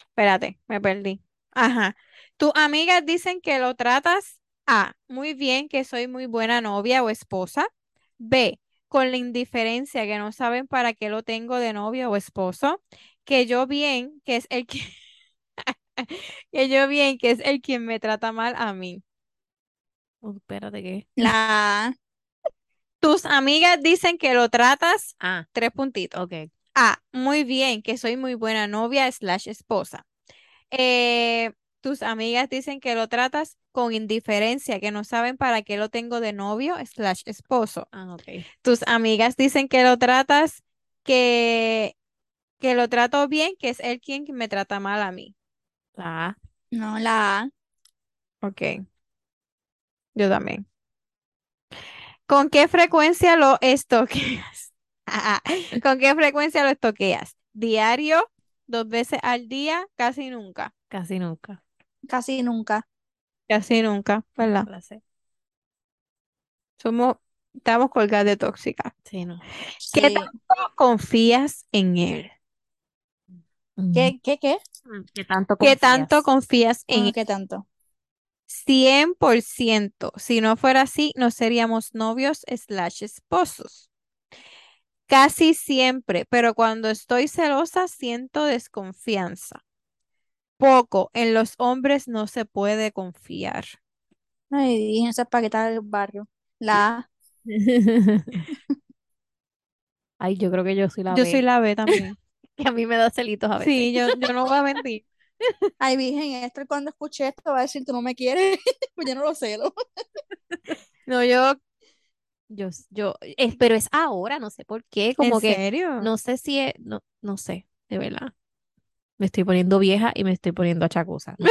Speaker 3: Espérate, me perdí. Ajá. Tus amigas dicen que lo tratas A, muy bien, que soy muy buena novia o esposa. B, con la indiferencia, que no saben para qué lo tengo de novio o esposo. Que yo bien, que es el que... que yo bien, que es el quien me trata mal a mí.
Speaker 2: Oh, espérate que.
Speaker 4: La, A,
Speaker 3: Tus amigas dicen que lo tratas
Speaker 2: Ah,
Speaker 3: tres puntitos.
Speaker 2: ok.
Speaker 3: A, Ah, muy bien, que soy muy buena novia slash esposa. eh, tus amigas dicen que lo tratas con indiferencia, que no saben para qué lo tengo de novio slash esposo.
Speaker 2: Ah, ok.
Speaker 3: Tus amigas dicen que lo tratas, que, que lo trato bien, que es él quien me trata mal a mí.
Speaker 2: La A.
Speaker 4: no, la, A,
Speaker 3: Ok, yo también. ¿Con qué frecuencia lo estoqueas? Ah, ah. ¿Con qué frecuencia lo estoqueas? ¿Diario? ¿Dos veces al día? Casi nunca.
Speaker 2: Casi nunca.
Speaker 4: casi nunca.
Speaker 3: Casi nunca, ¿verdad?
Speaker 2: La C.
Speaker 3: Somos, estamos colgadas de tóxica.
Speaker 2: Sí, no.
Speaker 3: ¿Qué
Speaker 4: Sí.
Speaker 3: tanto confías en él?
Speaker 2: Ujú.
Speaker 4: ¿Qué, qué, qué?
Speaker 2: ¿Qué tanto
Speaker 3: ¿Qué tanto confías
Speaker 2: confías?
Speaker 3: en
Speaker 4: Ah,
Speaker 3: él?
Speaker 4: ¿qué tanto?
Speaker 3: 100%. Si no fuera así, no seríamos novios slash esposos. Casi siempre, pero cuando estoy celosa siento desconfianza. Poco, en los hombres no se puede confiar.
Speaker 4: Ay, dije, esa es paqueta del barrio. La, A,
Speaker 2: Ay, yo creo que yo soy la
Speaker 3: Yo
Speaker 2: B,
Speaker 3: soy la B también.
Speaker 2: que a mí me da celitos a veces.
Speaker 3: Sí, yo, yo no voy a mentir.
Speaker 4: Ay, Virgen, esto cuando escuché esto va a decir, tú no me quieres, pues yo no lo sé.
Speaker 3: No, yo,
Speaker 2: Yo, yo, es- pero es ahora, no sé por qué,
Speaker 3: ¿en
Speaker 2: como que
Speaker 3: serio?
Speaker 2: no sé si es, no, no sé, de verdad. Me estoy poniendo vieja y me estoy poniendo achacosa. No.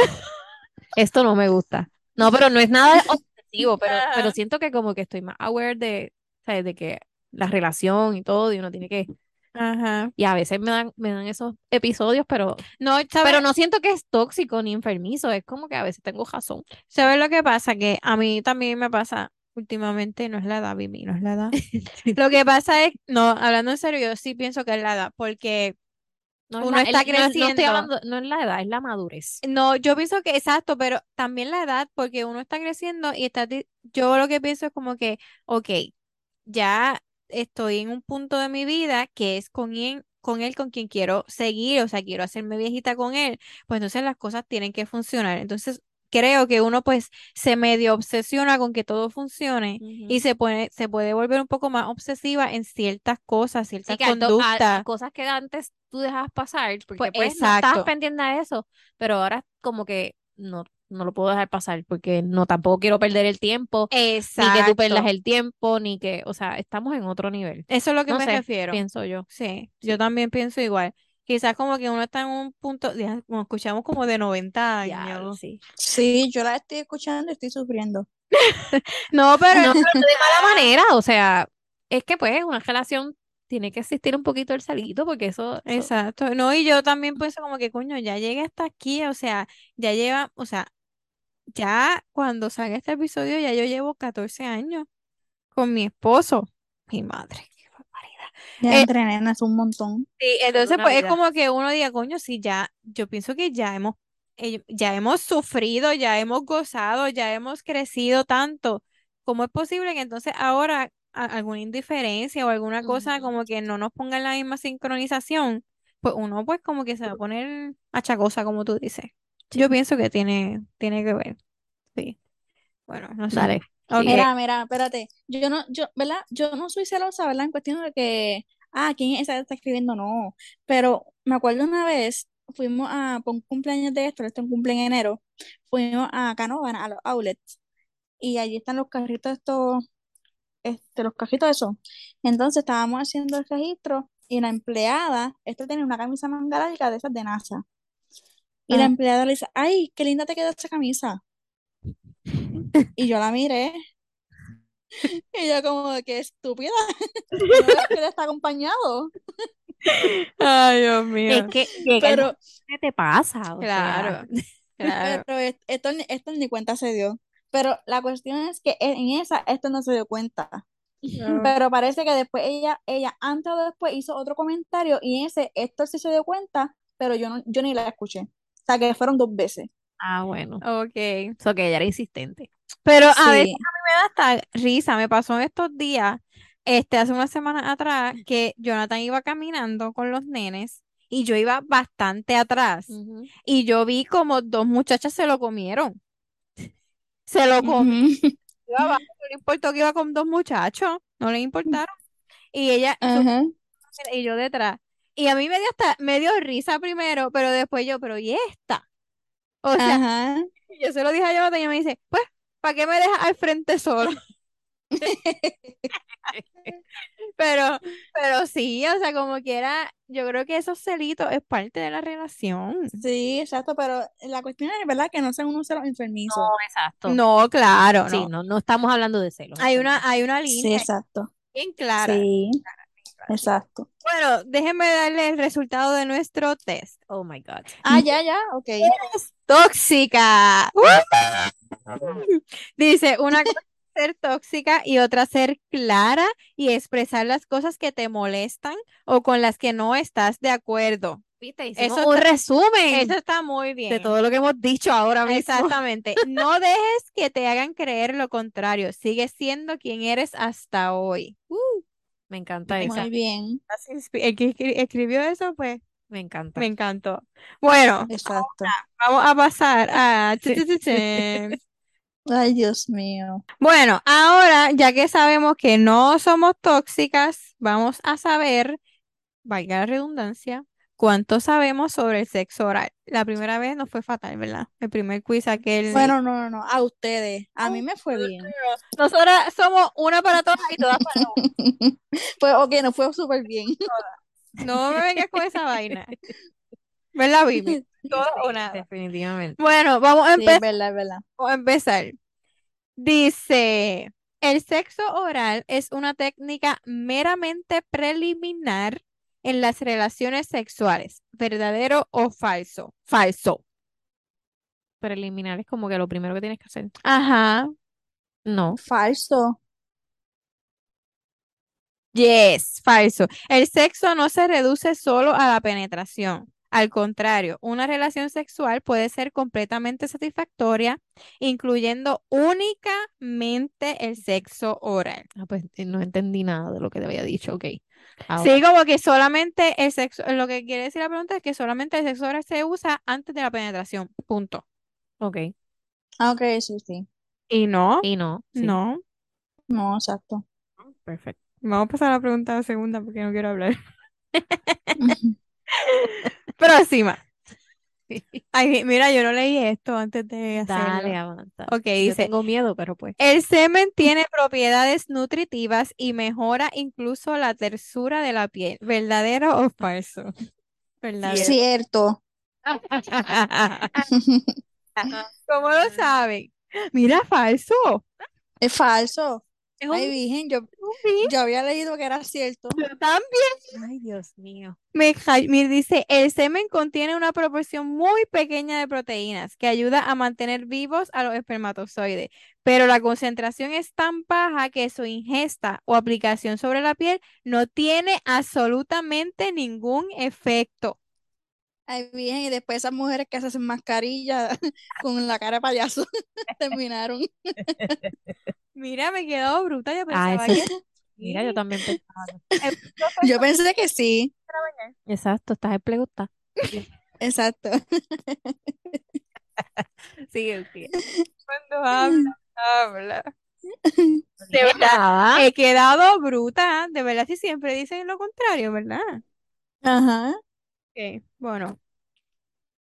Speaker 2: Esto no me gusta. No, pero no es nada obsesivo, pero, pero
Speaker 4: Ajá.
Speaker 2: siento que como que estoy más aware de, ¿sabes? De que la relación y todo, y uno tiene que,
Speaker 3: Ajá.
Speaker 2: y a veces me dan, me dan esos episodios, pero,
Speaker 3: No, ¿sabes?
Speaker 2: pero no siento que es tóxico ni enfermizo, es como que a veces tengo razón.
Speaker 3: ¿Sabes lo que pasa? Que a mí también me pasa últimamente, no es la edad, Bibi, no es la edad. Lo que pasa es, no, hablando en serio, yo sí pienso que es la edad, porque
Speaker 2: No es
Speaker 3: Uno
Speaker 2: la-
Speaker 3: está
Speaker 2: el- no es- no estoy
Speaker 3: creciendo.
Speaker 2: hablando, no es la edad, es la madurez.
Speaker 3: no, yo pienso que, exacto, pero también la edad, porque uno está creciendo y está, di- yo lo que pienso es como que, ok, ya estoy en un punto de mi vida que es con él, con él con quien quiero seguir, o sea, quiero hacerme viejita con él, pues entonces las cosas tienen que funcionar. Entonces, creo que uno pues se medio obsesiona con que todo funcione. Y se pone, se puede volver un poco más obsesiva en ciertas cosas,
Speaker 2: Sí,
Speaker 3: ciertas
Speaker 2: que a to- a- a
Speaker 3: conductas.
Speaker 2: cosas que antes tú dejabas pasar, porque
Speaker 3: Pues,
Speaker 2: pues, no estabas
Speaker 3: exacto.
Speaker 2: pendiente a eso, pero ahora como que no, no lo puedo dejar pasar porque no tampoco quiero perder el tiempo,
Speaker 3: Exacto.
Speaker 2: ni que tú pierdas el tiempo, ni que, o sea, estamos en otro nivel,
Speaker 3: Eso es lo que
Speaker 2: no
Speaker 3: me
Speaker 2: sé,
Speaker 3: refiero.
Speaker 2: pienso yo.
Speaker 3: Sí, yo también pienso igual. Quizás como que uno está en un punto, ya, como escuchamos como de 90
Speaker 2: Ya,
Speaker 3: años.
Speaker 2: sí.
Speaker 4: Sí, yo la estoy escuchando y estoy sufriendo.
Speaker 3: No, pero
Speaker 2: No, pero no de mala manera, o sea, es que pues una relación tiene que existir un poquito el salguito porque eso, eso-
Speaker 3: Exacto. No, y yo también pienso como que, coño, ya llegué hasta aquí, o sea, ya lleva, o sea, ya cuando salga este episodio, ya yo llevo 14 años con mi esposo, mi madre. qué barbaridad.
Speaker 4: Ya
Speaker 3: Eh,
Speaker 4: entre nenas un montón.
Speaker 3: Sí, entonces
Speaker 2: una
Speaker 3: pues es
Speaker 2: vida.
Speaker 3: como que uno diga, coño, si ya, yo pienso que ya hemos, eh, ya hemos sufrido, ya hemos gozado, ya hemos crecido tanto. ¿Cómo es posible que entonces ahora a- alguna indiferencia o alguna cosa
Speaker 2: Ujú.
Speaker 3: como que no nos ponga en la misma sincronización? Pues uno pues como que se va a poner achacosa, como tú dices. Yo pienso que tiene, tiene que ver. Sí. Bueno, no sé.
Speaker 2: Dale.
Speaker 3: Ok.
Speaker 2: sigue.
Speaker 4: Mira, mira, espérate. Yo no, yo, ¿verdad? Yo no soy celosa, ¿verdad? En cuestión de que, ah, ¿quién es esa que está escribiendo? No. Pero me acuerdo una vez, fuimos a, por un cumpleaños de esto, esto cumple en enero, fuimos a Canóvana, a los outlets, y allí están los carritos estos, este, los cajitos esos. Entonces estábamos haciendo el registro, y la empleada, esta tenía una camisa manga larga de esas de NASA. Y la
Speaker 3: Ah.
Speaker 4: empleada le dice, ay, qué linda te queda esta camisa. Y yo la miré. Y yo como de que estúpida. No ves que él está acompañado.
Speaker 3: Ay, Dios
Speaker 2: Es
Speaker 3: mío.
Speaker 2: que llega el-
Speaker 4: Pero,
Speaker 2: ¿qué te pasa? O sea,
Speaker 3: Claro, claro.
Speaker 4: pero es- esto, ni- esto ni cuenta se dio. Pero la cuestión es que en esa esto no se dio cuenta. Pero parece que después ella, ella antes o después hizo otro comentario y en ese esto sí se dio cuenta, pero yo no, yo ni la escuché. O sea que fueron dos veces.
Speaker 2: Ah, bueno.
Speaker 3: Ok.
Speaker 2: Eso que ella era insistente.
Speaker 3: Pero a veces
Speaker 4: Sí.
Speaker 3: me da hasta risa, me pasó en estos días, este, hace una semana atrás, que Jonathan iba caminando con los nenes y yo iba bastante atrás
Speaker 2: Mm.
Speaker 3: y yo vi como dos muchachas se lo comieron. Se
Speaker 4: Mm.
Speaker 3: lo comieron,
Speaker 4: Ujú.
Speaker 3: iba abajo, no le importó que iba con dos muchachos, no le importaron. Y ella su-
Speaker 4: Ajá.
Speaker 3: y yo detrás. Y a mí me dio hasta, me dio risa primero, pero después yo, pero ¿y esta? O sea,
Speaker 4: Ajá.
Speaker 3: yo se lo dije a Jonathan y me dice, pues, ¿para qué me dejas al frente solo? Pero, pero sí, o sea, como quiera, yo creo que esos celitos es parte de la relación.
Speaker 4: Sí, exacto, pero la cuestión es, ¿verdad? Que no sean unos celos enfermizos.
Speaker 2: exacto.
Speaker 3: No, claro,
Speaker 2: Sí,
Speaker 3: no.
Speaker 2: no, no estamos hablando de celos.
Speaker 3: Hay
Speaker 2: exacto.
Speaker 3: una, hay una
Speaker 4: Sí,
Speaker 3: línea
Speaker 4: exacto.
Speaker 3: bien clara.
Speaker 4: Sí, exacto.
Speaker 3: Bueno, déjenme darle el resultado de nuestro test.
Speaker 2: Oh my God.
Speaker 4: Ah, ya, ya, ok.
Speaker 3: ¡Tóxica!
Speaker 4: Uh.
Speaker 3: Dice, una cosa es ser tóxica y otra ser clara y expresar las cosas que te molestan o con las que no estás de acuerdo.
Speaker 2: Viste,
Speaker 3: hicimos
Speaker 2: hicimos
Speaker 3: un
Speaker 2: un resumen
Speaker 3: Eso está muy bien.
Speaker 2: de todo lo que hemos dicho ahora mismo.
Speaker 3: Exactamente. No dejes que te hagan creer lo contrario. Sigue siendo quien eres hasta hoy. Uh,
Speaker 2: Me encanta esa.
Speaker 4: Muy bien,
Speaker 3: así inspi- el que escri- escribió eso, pues,
Speaker 2: Me encanta.
Speaker 3: me encantó. Bueno,
Speaker 4: exacto.
Speaker 3: vamos a pasar a...
Speaker 4: Ay, Dios mío.
Speaker 3: Bueno, ahora ya que sabemos que no somos tóxicas, vamos a saber, valga la redundancia, cuánto sabemos sobre el sexo oral. La primera vez nos fue fatal, ¿verdad? El primer quiz aquel.
Speaker 4: Bueno, no, no, no. A ustedes. A mí me fue bien.
Speaker 3: nosotras somos una para todas y todas para una.
Speaker 4: Pues, ok, no fue súper bien.
Speaker 3: No me vengas con esa vaina. ¿Verdad, Bibi? Todas o nada.
Speaker 2: Definitivamente.
Speaker 3: Bueno, vamos a
Speaker 4: Sí,
Speaker 3: empezar.
Speaker 4: es verdad, es verdad.
Speaker 3: Vamos a empezar. Dice, el sexo oral es una técnica meramente preliminar en las relaciones sexuales, ¿verdadero o falso? Falso.
Speaker 2: Preliminar es como que lo primero que tienes que hacer.
Speaker 3: Ajá.
Speaker 2: No.
Speaker 4: Falso.
Speaker 3: Yes, falso. El sexo no se reduce solo a la penetración. Al contrario, una relación sexual puede ser completamente satisfactoria, incluyendo únicamente el sexo oral.
Speaker 2: Ah, pues eh, no entendí nada de lo que te había dicho. Ok. Ahora.
Speaker 3: Sí, como que solamente el sexo, lo que quiere decir la pregunta es que solamente el sexo oral se usa antes de la penetración, punto.
Speaker 2: Ok.
Speaker 4: Ah, ok, sí, sí.
Speaker 3: Y no,
Speaker 2: Y no. sí,
Speaker 3: no.
Speaker 4: No, exacto.
Speaker 2: Perfecto.
Speaker 3: Vamos a pasar a la pregunta segunda porque no quiero hablar. Próxima. Ay, mira, yo no leí esto antes de
Speaker 2: Dale,
Speaker 3: hacerlo.
Speaker 2: avanza.
Speaker 3: Ok,
Speaker 2: Yo
Speaker 3: dice,
Speaker 2: tengo miedo, pero pues.
Speaker 3: el semen tiene propiedades nutritivas y mejora incluso la tersura de la piel. ¿Verdadero o falso? Verdadero.
Speaker 4: Cierto.
Speaker 3: ¿Cómo lo saben? Mira, falso.
Speaker 4: Es falso.
Speaker 3: Es
Speaker 4: Ay,
Speaker 3: un-
Speaker 4: virgen, yo,
Speaker 3: un mito.
Speaker 4: yo había leído que era cierto.
Speaker 3: Yo también.
Speaker 2: Ay, Dios mío.
Speaker 3: Me, ja- me dice, el semen contiene una proporción muy pequeña de proteínas que ayuda a mantener vivos a los espermatozoides, pero la concentración es tan baja que su ingesta o aplicación sobre la piel no tiene absolutamente ningún efecto.
Speaker 4: Ay, virgen, y después esas mujeres que se hacen mascarilla con la cara de payaso terminaron.
Speaker 3: Mira, me he quedado bruta, yo
Speaker 2: Ah,
Speaker 3: pensaba
Speaker 2: eso-
Speaker 3: que
Speaker 2: Mira, yo también pensaba.
Speaker 4: Yo pensé que sí.
Speaker 2: Exacto, estás esplegusta.
Speaker 4: Exacto.
Speaker 2: Sí, sí.
Speaker 3: cuando habla, habla. De verdad, he quedado bruta, de verdad, si siempre dicen lo contrario, ¿verdad?
Speaker 4: Ajá.
Speaker 3: Ok, bueno,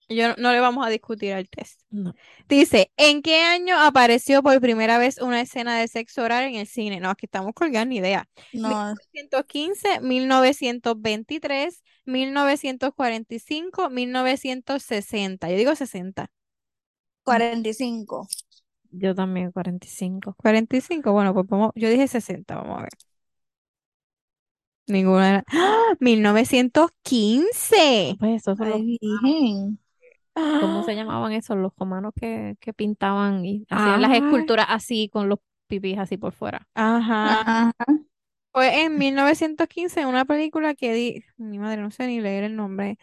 Speaker 3: yo no, no le vamos a discutir al test.
Speaker 2: No.
Speaker 3: Dice, ¿en qué año apareció por primera vez una escena de sexo oral en el cine? No, aquí estamos colgando ni idea.
Speaker 4: No,
Speaker 3: 1915, 1923, 1945, 1960. Yo digo 60.
Speaker 4: 45.
Speaker 2: Yo también, 45.
Speaker 3: 45, bueno, pues vamos, yo dije 60, vamos a ver. Ninguna era- ¡Ah! 1915.
Speaker 2: Pues esos son los.
Speaker 4: Ay, virgen.
Speaker 2: ¿Cómo se llamaban esos? Los romanos que, que pintaban y hacían las
Speaker 3: Ah.
Speaker 2: esculturas así, con los pipis así por fuera.
Speaker 3: Ajá.
Speaker 4: Ajá.
Speaker 3: Fue en 1915 en una película que di, mi madre, no sé ni leer el nombre,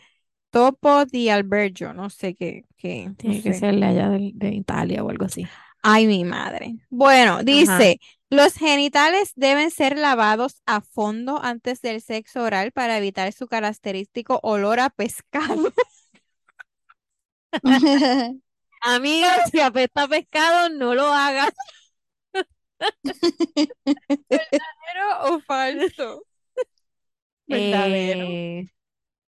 Speaker 3: Topo di Albergo, no sé qué, qué, no
Speaker 2: Tiene que
Speaker 3: sé.
Speaker 2: ser de allá de, de Italia o algo así.
Speaker 3: Ay, mi madre. Bueno, dice, los genitales deben ser lavados a fondo antes del sexo oral para evitar su característico olor a pescado.
Speaker 2: Amiga, si apesta pescado, no lo hagas.
Speaker 3: ¿Verdadero o falso? Verdadero.
Speaker 2: Eh,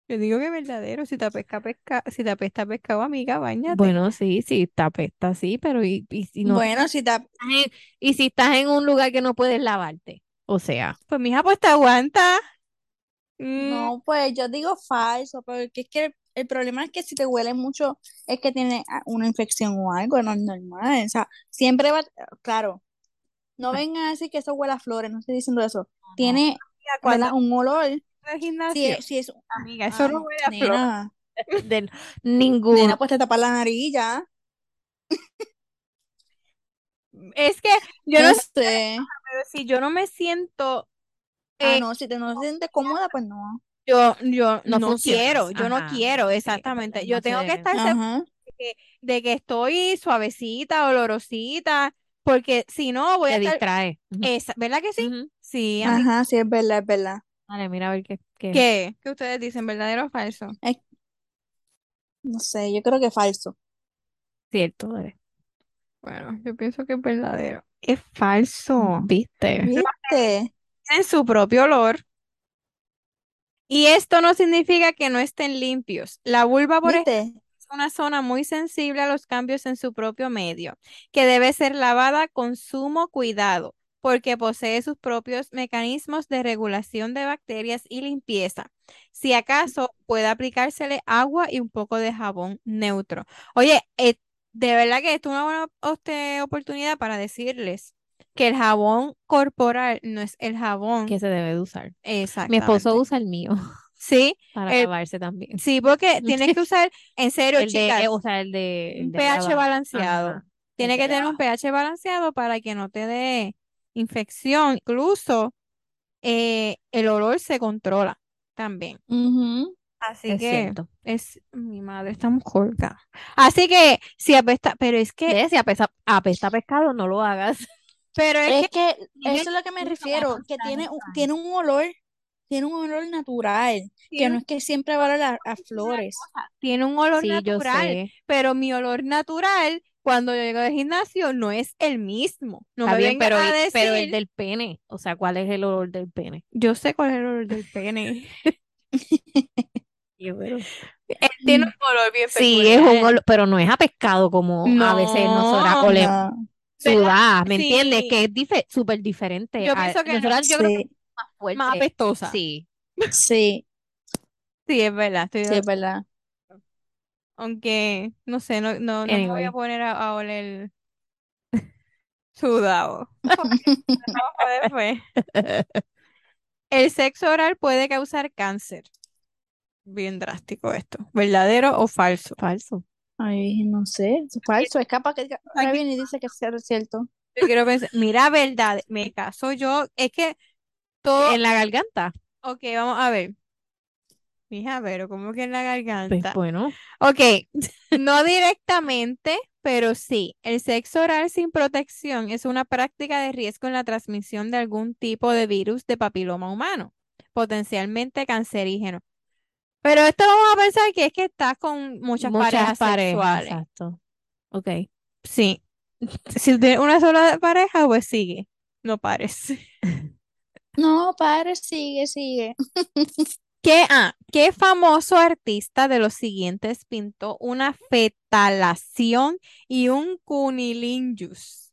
Speaker 3: Yo digo que verdadero. Si te apesta pesca, si te apesta pescado, amiga, bañate
Speaker 2: bueno, sí, sí, te apesta, sí, pero y, y si no,
Speaker 4: Bueno, si te...
Speaker 2: estás en- y si estás en un lugar que no puedes lavarte. O sea,
Speaker 3: Pues mija, pues te aguanta. Mm,
Speaker 4: No, pues yo digo falso, porque es que el, el problema es que si te huele mucho es que tiene ah, una infección o algo, no es normal. O sea, siempre va, claro,
Speaker 3: Ah.
Speaker 4: no vengan a decir que eso huele a flores, no estoy diciendo eso. Tiene,
Speaker 3: mira, cuando
Speaker 4: ¿verdad? Un olor.
Speaker 3: en el
Speaker 4: Si
Speaker 3: gimnasio,
Speaker 4: es, si es,
Speaker 3: amiga, eso no
Speaker 4: ay,
Speaker 3: huele a flor.
Speaker 4: nena,
Speaker 2: de- ningún.
Speaker 4: nena, pues te tapas la nariz ya.
Speaker 3: Es que yo no
Speaker 4: No
Speaker 3: sé,
Speaker 4: sé.
Speaker 3: pero si yo no me siento,
Speaker 4: Ah,
Speaker 3: eh,
Speaker 4: no, si te no te sientes cómoda, pues no.
Speaker 3: yo, yo
Speaker 2: No
Speaker 3: no
Speaker 2: funcionas.
Speaker 3: quiero, yo no
Speaker 2: Ajá,
Speaker 3: quiero,
Speaker 2: sí,
Speaker 3: exactamente.
Speaker 2: no
Speaker 3: Yo tengo que
Speaker 2: sé.
Speaker 3: estar segura
Speaker 4: Ajá.
Speaker 3: de que estoy suavecita, olorosita, porque si no voy a
Speaker 2: Te
Speaker 3: estar,
Speaker 2: distrae. Ujú,
Speaker 3: esa- ¿verdad que sí?
Speaker 2: ujú.
Speaker 3: Sí, amiga.
Speaker 4: Ajá, sí, es verdad, es verdad.
Speaker 2: Dale, mira a ver qué, qué-
Speaker 3: ¿Qué? ¿Qué ustedes dicen, verdadero o falso?
Speaker 4: No sé, yo creo que es falso.
Speaker 2: cierto. dale.
Speaker 3: Bueno, yo pienso que es verdadero. Es
Speaker 2: Oh,
Speaker 3: falso.
Speaker 2: ¿Viste?
Speaker 4: ¿Viste?
Speaker 3: Mm, Tienen su propio olor. Y esto no significa que no estén limpios. La vulva, por ejemplo,
Speaker 4: ¿Viste?
Speaker 3: es una zona muy sensible a los cambios en su propio medio, que debe ser lavada con sumo cuidado, porque posee sus propios mecanismos de regulación de bacterias y limpieza. Si acaso puede aplicársele agua y un poco de jabón neutro. Oye, eh, de verdad que esto es una buena este, oportunidad para decirles que el jabón corporal no es el jabón.
Speaker 2: Que se debe de usar. Mi
Speaker 3: Exactamente.
Speaker 2: esposo usa el mío
Speaker 3: Sí,
Speaker 2: para
Speaker 3: El-
Speaker 2: lavarse también.
Speaker 3: sí, porque tienes que usar, en serio,
Speaker 2: El de,
Speaker 3: chicas.
Speaker 2: eh, o sea, el de, el
Speaker 3: Un
Speaker 2: de
Speaker 3: pH
Speaker 2: lava.
Speaker 3: balanceado.
Speaker 2: Ajá.
Speaker 3: Tiene
Speaker 2: el
Speaker 3: que
Speaker 2: de
Speaker 3: tener un pH balanceado para que no te dé infección. Incluso eh, el olor se controla también.
Speaker 2: Ujú,
Speaker 3: Así
Speaker 2: Es
Speaker 3: que
Speaker 2: cierto.
Speaker 3: es, mi madre está muy corta. Así que si apesta, pero es que,
Speaker 2: ¿Ves? Si apesta, apesta pescado, no lo hagas.
Speaker 3: pero es que
Speaker 4: Es que
Speaker 3: tiene
Speaker 4: eso es lo que me
Speaker 3: mucho
Speaker 4: refiero, que
Speaker 3: azúcar,
Speaker 4: tiene un, tiene un olor, tiene un olor natural, que
Speaker 3: tiene
Speaker 4: no
Speaker 3: un-
Speaker 4: es que siempre va a oler a, a flores.
Speaker 3: tiene un olor
Speaker 2: Sí, yo
Speaker 3: natural,
Speaker 2: sé.
Speaker 3: pero mi olor natural cuando yo llego del gimnasio no es el mismo. No
Speaker 2: Está
Speaker 3: me
Speaker 2: bien,
Speaker 3: vengas
Speaker 2: pero,
Speaker 3: a
Speaker 2: el- pero el
Speaker 3: decir,
Speaker 2: del pene. O sea, ¿cuál es el olor del pene?
Speaker 3: yo sé cuál es el olor del pene.
Speaker 2: pues,
Speaker 3: Él tiene
Speaker 4: Mm.
Speaker 3: un olor bien
Speaker 2: Sí, es un
Speaker 3: peculiar.
Speaker 2: olor, pero no es a pescado como a veces nosotras
Speaker 3: No,
Speaker 2: olemos.
Speaker 4: No,
Speaker 3: ¿Verdad?
Speaker 2: Sudás, ¿me entiendes?
Speaker 3: Sí.
Speaker 2: Que es dife- súper diferente.
Speaker 3: Yo
Speaker 2: a-
Speaker 3: pienso que no.
Speaker 2: nosotras yo creo que
Speaker 4: sí,
Speaker 2: es más fuerte.
Speaker 3: Más apestosa.
Speaker 2: Sí.
Speaker 4: sí,
Speaker 3: Sí, es verdad, estoy de
Speaker 4: sí, es
Speaker 3: acuerdo.
Speaker 4: verdad.
Speaker 3: Aunque, no sé, no, no, no me voy a
Speaker 2: Anyway.
Speaker 3: poner a, a oler sudado. Porque después. El sexo oral puede causar cáncer. Bien drástico esto. ¿Verdadero o falso?
Speaker 2: Falso.
Speaker 4: Ay, no sé, es falso, es capaz que diga- ahora
Speaker 3: Aquí-
Speaker 4: viene y dice que sea cierto.
Speaker 3: Yo quiero pensar, mira, verdad, me caso yo. Es que todo.
Speaker 2: En la garganta.
Speaker 3: Ok, vamos a ver. Mija, pero como que en la
Speaker 2: Pues
Speaker 3: garganta.
Speaker 2: bueno.
Speaker 3: Ok, no directamente, pero sí. El sexo oral sin protección es una práctica de riesgo en la transmisión de algún tipo de virus de papiloma humano, potencialmente cancerígeno. Pero esto vamos a pensar que es que estás con muchas parejas sexuales.
Speaker 2: exacto. Ok.
Speaker 3: Sí. Si tienes una sola pareja, pues sigue. No pares.
Speaker 4: No, padre, sigue, sigue.
Speaker 3: ¿Qué, ah, qué famoso artista de los siguientes pintó una fetalación y un cunilingus?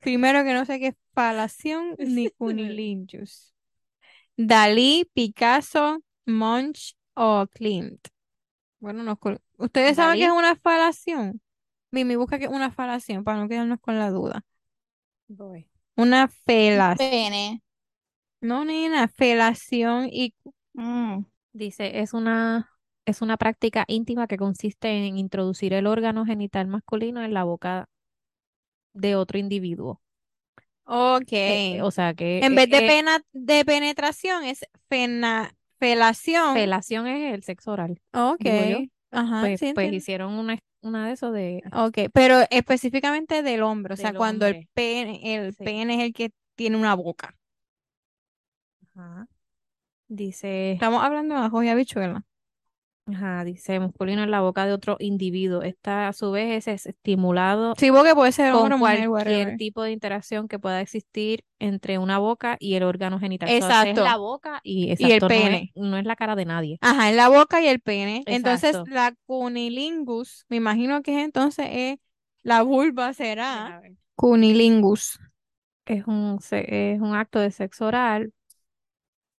Speaker 3: Primero que no sé qué es falación ni cunilingus. Dalí, Picasso, Munch o Klimt. Bueno, no, col- ¿ustedes saben qué es
Speaker 2: Dalí.
Speaker 3: una falación? Mimi, busca que una falación para no quedarnos con la duda.
Speaker 2: Voy.
Speaker 3: Una felación.
Speaker 4: Pene.
Speaker 3: No, nena, felación y
Speaker 4: Mm.
Speaker 2: Dice, es una, es una práctica íntima que consiste en introducir el órgano genital masculino en la boca de otro individuo.
Speaker 3: Ok.
Speaker 2: Eh, o sea que
Speaker 3: En vez de
Speaker 2: eh, eh,
Speaker 3: pena de penetración es fena- felación.
Speaker 2: felación es el sexo oral. digo yo.
Speaker 3: Ok. Ajá,
Speaker 2: Pues,
Speaker 3: sí
Speaker 2: pues
Speaker 3: entiendo.
Speaker 2: hicieron una, una de eso de
Speaker 3: Ok, pero específicamente del hombre, o sea,
Speaker 2: Del
Speaker 3: cuando el
Speaker 2: hombre.
Speaker 3: pene, el
Speaker 2: Sí.
Speaker 3: pene es el que tiene una boca.
Speaker 2: Ajá. Dice,
Speaker 3: Estamos hablando de ajo y habichuela.
Speaker 2: ajá, dice masculino en la boca de otro individuo. Esta a su vez es estimulado
Speaker 3: Sí, porque puede ser hombre
Speaker 2: con
Speaker 3: o mujer,
Speaker 2: cualquier
Speaker 3: whatever.
Speaker 2: tipo de interacción que pueda existir entre una boca y el órgano genital. O sea, es
Speaker 3: Exacto.
Speaker 2: la boca y,
Speaker 3: Y el
Speaker 2: exacto, no es-
Speaker 3: pene.
Speaker 2: no es la cara de nadie.
Speaker 3: Ajá, en la boca y el pene. Entonces,
Speaker 2: Exacto.
Speaker 3: la cunilingus, me imagino que es entonces eh, la vulva será
Speaker 2: Deja ver.
Speaker 3: cunilingus.
Speaker 2: Es un, se- es un acto de sexo oral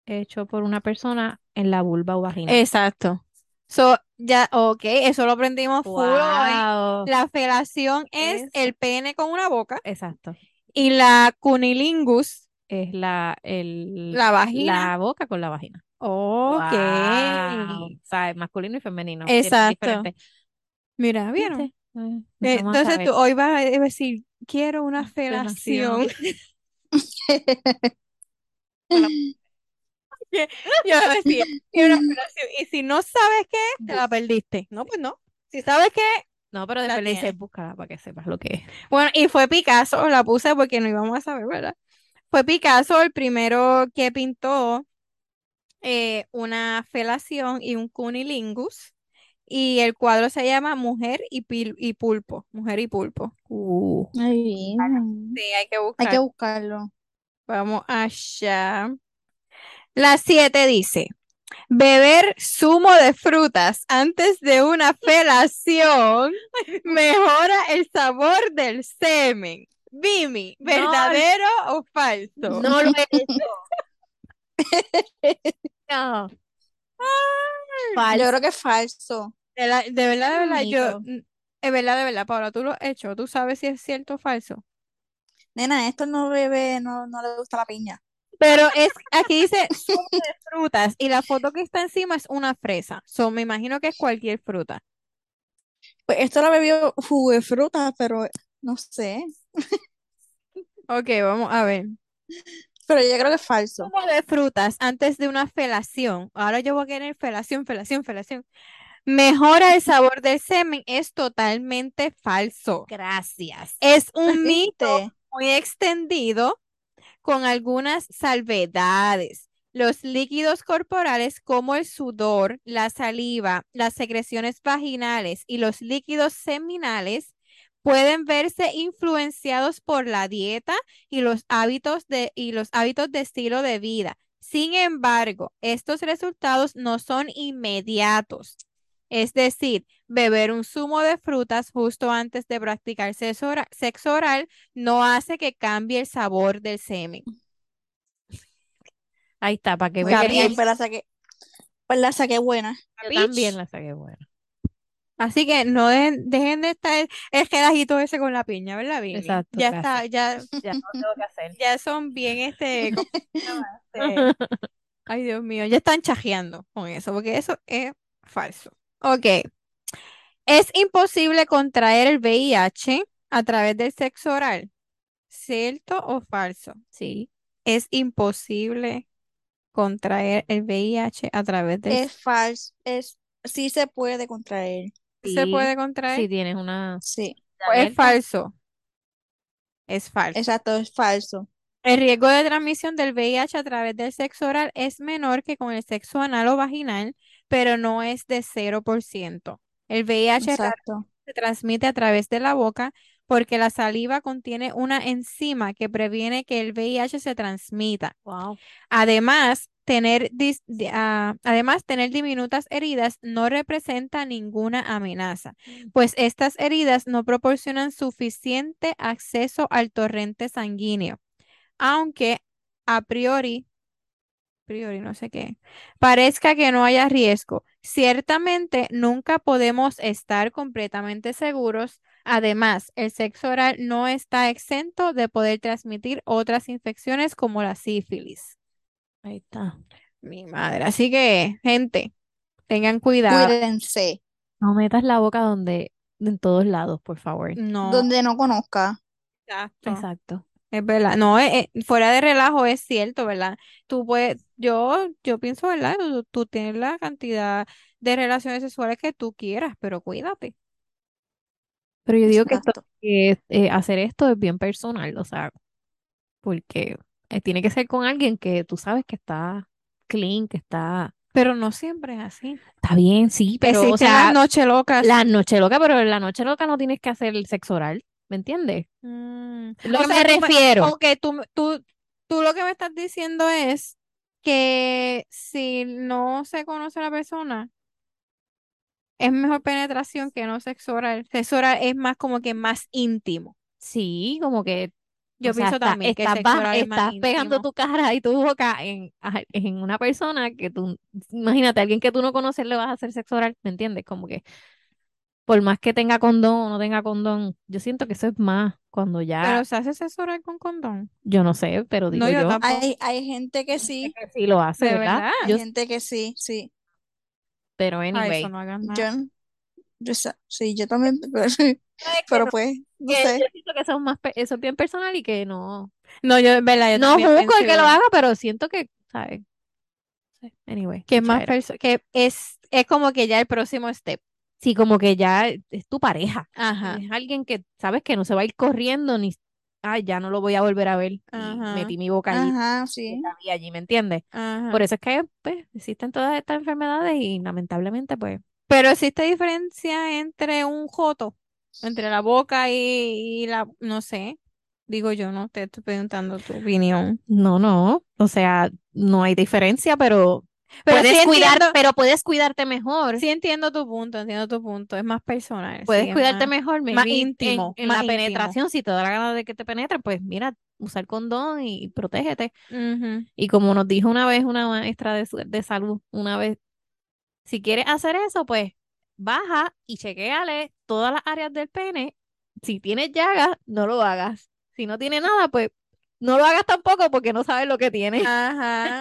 Speaker 2: hecho por una persona en la vulva o vagina.
Speaker 3: Eh, Exacto. So, ya, ok, eso lo aprendimos full hoy.
Speaker 2: Wow.
Speaker 3: La felación es
Speaker 2: Es-
Speaker 3: el pene con una boca
Speaker 2: Exacto.
Speaker 3: y la cunilingus,
Speaker 2: Es la, el,
Speaker 3: la vagina.
Speaker 2: la boca con la vagina.
Speaker 3: Ok.
Speaker 2: Wow. O sea, es masculino y femenino. tienen
Speaker 3: Exacto.
Speaker 2: diferentes-
Speaker 3: Mira, ¿vieron?
Speaker 2: ¿Viste? Eh,
Speaker 3: Eh,
Speaker 2: vamos a
Speaker 3: Entonces
Speaker 2: saber.
Speaker 3: tú hoy vas a decir, quiero una felación.
Speaker 2: Felación.
Speaker 3: Yo voy a decir, quiero una felación. Y si no sabes qué es, te la perdiste. No, pues no. Si sabes qué es.
Speaker 2: No, pero
Speaker 3: La
Speaker 2: después le dices,
Speaker 3: tienes.
Speaker 2: búscala para que sepas lo que es.
Speaker 3: Bueno, y fue Picasso, la puse porque no íbamos a saber, ¿verdad? Fue Picasso el primero que pintó eh, una felación y un cunilingus. y el cuadro se llama Mujer y, Pil- y Pulpo. Mujer y Pulpo.
Speaker 2: Uh,
Speaker 4: Muy bien.
Speaker 3: Sí, hay que
Speaker 4: Hay
Speaker 3: buscar.
Speaker 4: que buscarlo.
Speaker 3: Vamos allá. La 7 dice, beber zumo de frutas antes de una felación mejora el sabor del semen. Bimi, ¿verdadero o falso?
Speaker 2: no lo he hecho. No.
Speaker 4: Yo creo que es falso.
Speaker 3: De, la- de verdad, de verdad, yo,
Speaker 4: Bonito.
Speaker 3: mm, es verdad, de verdad, Paula, tú lo has hecho, tú sabes si es cierto o falso.
Speaker 4: Nena, esto no bebe, no, no le gusta la piña.
Speaker 3: Pero es, aquí dice zumo de frutas y la foto que está encima es una fresa. So, me imagino que es cualquier fruta.
Speaker 4: Pues esto la bebió jugo de fruta, pero eh, no sé.
Speaker 3: Ok, vamos a ver.
Speaker 4: Pero yo creo que es falso.
Speaker 3: zumo de frutas antes de una felación, ahora yo voy a querer felación, felación, felación, mejora el sabor del semen, es totalmente falso.
Speaker 2: Gracias.
Speaker 3: Es un mito
Speaker 4: ¿Viste?
Speaker 3: muy extendido con algunas salvedades. Los líquidos corporales como el sudor, la saliva, las secreciones vaginales y los líquidos seminales pueden verse influenciados por la dieta y los hábitos de, y los hábitos de estilo de vida. Sin embargo, estos resultados no son inmediatos. Es decir, beber un zumo de frutas justo antes de practicar sexo ora- sexo oral no hace que cambie el sabor del semen.
Speaker 2: Ahí está, para que
Speaker 4: Muy
Speaker 2: vean.
Speaker 3: Gabriel.
Speaker 4: bien, pues la saqué. Pues la saqué buena.
Speaker 2: Yo también la saqué buena.
Speaker 3: Así que no dejen, dejen de estar el gelajito ese con la piña, ¿verdad, Vivi?
Speaker 2: Exacto,
Speaker 3: Ya
Speaker 2: gracias.
Speaker 3: está, ya,
Speaker 2: Ya no tengo que hacer.
Speaker 3: ya son bien este, ¿cómo se llama? Este, ay Dios mío, ya están chajeando con eso, porque eso es falso. Ok. ¿Es imposible contraer el VIH a través del sexo oral? ¿Cierto o falso?
Speaker 2: Sí.
Speaker 3: Es imposible contraer el VIH a través del
Speaker 4: Es falso. Es, sí se puede contraer.
Speaker 3: ¿Se
Speaker 2: Sí,
Speaker 3: puede contraer?
Speaker 2: Si tienes una.
Speaker 4: Sí.
Speaker 3: Pues es
Speaker 2: alerta,
Speaker 3: falso. Es falso.
Speaker 4: Exacto, es falso.
Speaker 3: El riesgo de transmisión del VIH a través del sexo oral es menor que con el sexo anal o vaginal, pero no es de 0%. El VIH
Speaker 4: Exacto.
Speaker 3: se transmite a través de la boca porque la saliva contiene una enzima que previene que el VIH se transmita.
Speaker 2: Wow.
Speaker 3: Además, tener, dis- di- ah, además, tener diminutas heridas no representa ninguna amenaza, pues estas heridas no proporcionan suficiente acceso al torrente sanguíneo, aunque a priori, priori no sé qué, parezca que no haya riesgo. Ciertamente, nunca podemos estar completamente seguros. Además, el sexo oral no está exento de poder transmitir otras infecciones como la sífilis.
Speaker 2: Ahí está.
Speaker 3: Mi madre. Así que, gente, tengan cuidado.
Speaker 4: Cuídense.
Speaker 2: No metas la boca donde. En todos lados, por favor.
Speaker 3: No,
Speaker 4: Donde no conozca.
Speaker 3: exacto.
Speaker 2: Exacto.
Speaker 3: Es verdad. No, eh, eh, fuera de relajo es cierto, ¿verdad? Tú puedes, yo, yo pienso, ¿verdad? Tú, tú tienes la cantidad de relaciones sexuales que tú quieras, pero cuídate.
Speaker 2: Pero yo digo que, esto-
Speaker 4: Exacto.
Speaker 2: que, eh, hacer esto es bien personal, o sea, porque eh, tiene que ser con alguien que tú sabes que está clean, que está,
Speaker 3: Pero no siempre es así.
Speaker 2: está bien, sí, pero o
Speaker 3: Existen
Speaker 2: sea,
Speaker 3: las noches locas.
Speaker 2: la noche loca, pero en la noche loca no tienes que hacer el sexo oral, ¿me entiendes?
Speaker 3: Mm.
Speaker 2: Lo
Speaker 3: O
Speaker 2: que me
Speaker 3: sea, tú me-
Speaker 2: refiero.
Speaker 3: ok, tú, me- tú, tú lo que me estás diciendo es que si no se conoce a la persona, es mejor penetración que no sexo oral. Sexo oral es más como que más íntimo.
Speaker 2: Sí, como que,
Speaker 3: Yo
Speaker 2: o sea,
Speaker 3: pienso
Speaker 2: está-
Speaker 3: también que
Speaker 2: estás,
Speaker 3: sexo
Speaker 2: baj-
Speaker 3: oral es más
Speaker 2: estás pegando
Speaker 3: íntimo.
Speaker 2: tu cara y tu boca en, a- en una persona que tú, imagínate, alguien que tú no conoces le vas a hacer sexo oral, ¿me entiendes? Como que, por más que tenga condón o no tenga condón, yo siento que eso es más cuando ya...
Speaker 3: Pero se hace sexo oral con condón.
Speaker 2: Yo no sé, pero digo
Speaker 3: No, yo
Speaker 2: yo
Speaker 3: tampoco.
Speaker 4: Hay, hay gente que sí.
Speaker 2: que sí lo hace,
Speaker 3: ¿De
Speaker 2: ¿verdad?
Speaker 3: verdad?
Speaker 4: Hay
Speaker 2: Ah, Yo,
Speaker 4: gente que sí, sí.
Speaker 2: pero
Speaker 3: Ah,
Speaker 2: anyway,
Speaker 3: eso no hagan nada.
Speaker 4: Yo, yo sa- sí, yo también. Pero, pero pues, no
Speaker 2: que
Speaker 4: sé.
Speaker 2: yo siento que eso es más, pe- eso es bien personal y que no,
Speaker 3: No, yo, verdad, yo
Speaker 2: no
Speaker 3: también
Speaker 2: juzgo el
Speaker 3: pienso
Speaker 2: que lo
Speaker 3: igual.
Speaker 2: haga, pero siento que, ¿sabes? Sí, Anyway,
Speaker 3: Que es más
Speaker 2: chévere.
Speaker 3: perso- que es, es como que ya el próximo step.
Speaker 2: Sí, como que ya e, es tu pareja,
Speaker 3: Ajá.
Speaker 2: es alguien que sabes que no se va a ir corriendo ni, ay, ya no lo voy a volver a ver y
Speaker 3: Ajá.
Speaker 2: metí mi boca allí,
Speaker 4: Ajá,
Speaker 2: y
Speaker 4: sí.
Speaker 2: la vi allí, ¿me entiendes?
Speaker 3: Ajá.
Speaker 2: Por eso es que, pues, existen todas estas enfermedades y lamentablemente, pues,
Speaker 3: Pero existe diferencia entre un joto, entre la boca y, y la, no sé, digo yo, no te estoy preguntando tu opinión.
Speaker 2: No, no, o sea, no hay diferencia, pero
Speaker 3: Pero
Speaker 2: puedes
Speaker 3: sí
Speaker 2: cuidar,
Speaker 3: entiendo,
Speaker 2: pero puedes cuidarte mejor.
Speaker 3: sí entiendo tu punto, entiendo tu punto, es más personal,
Speaker 2: Puedes
Speaker 3: sí, es
Speaker 2: cuidarte
Speaker 3: más-
Speaker 2: mejor,
Speaker 3: más
Speaker 2: maybe en-
Speaker 3: íntimo,
Speaker 2: en,
Speaker 3: más
Speaker 2: la
Speaker 3: íntimo.
Speaker 2: penetración, si te da la gana de que te penetren, pues mira, usar condón y protégete.
Speaker 3: Ujú.
Speaker 2: Y como nos dijo una vez una maestra de, su- de salud, una vez, si quieres hacer eso, pues baja y chequeale todas las áreas del pene. Si tienes llagas, no lo hagas. Si no tiene nada, pues no lo hagas tampoco porque no sabes lo que tiene.
Speaker 3: Ah.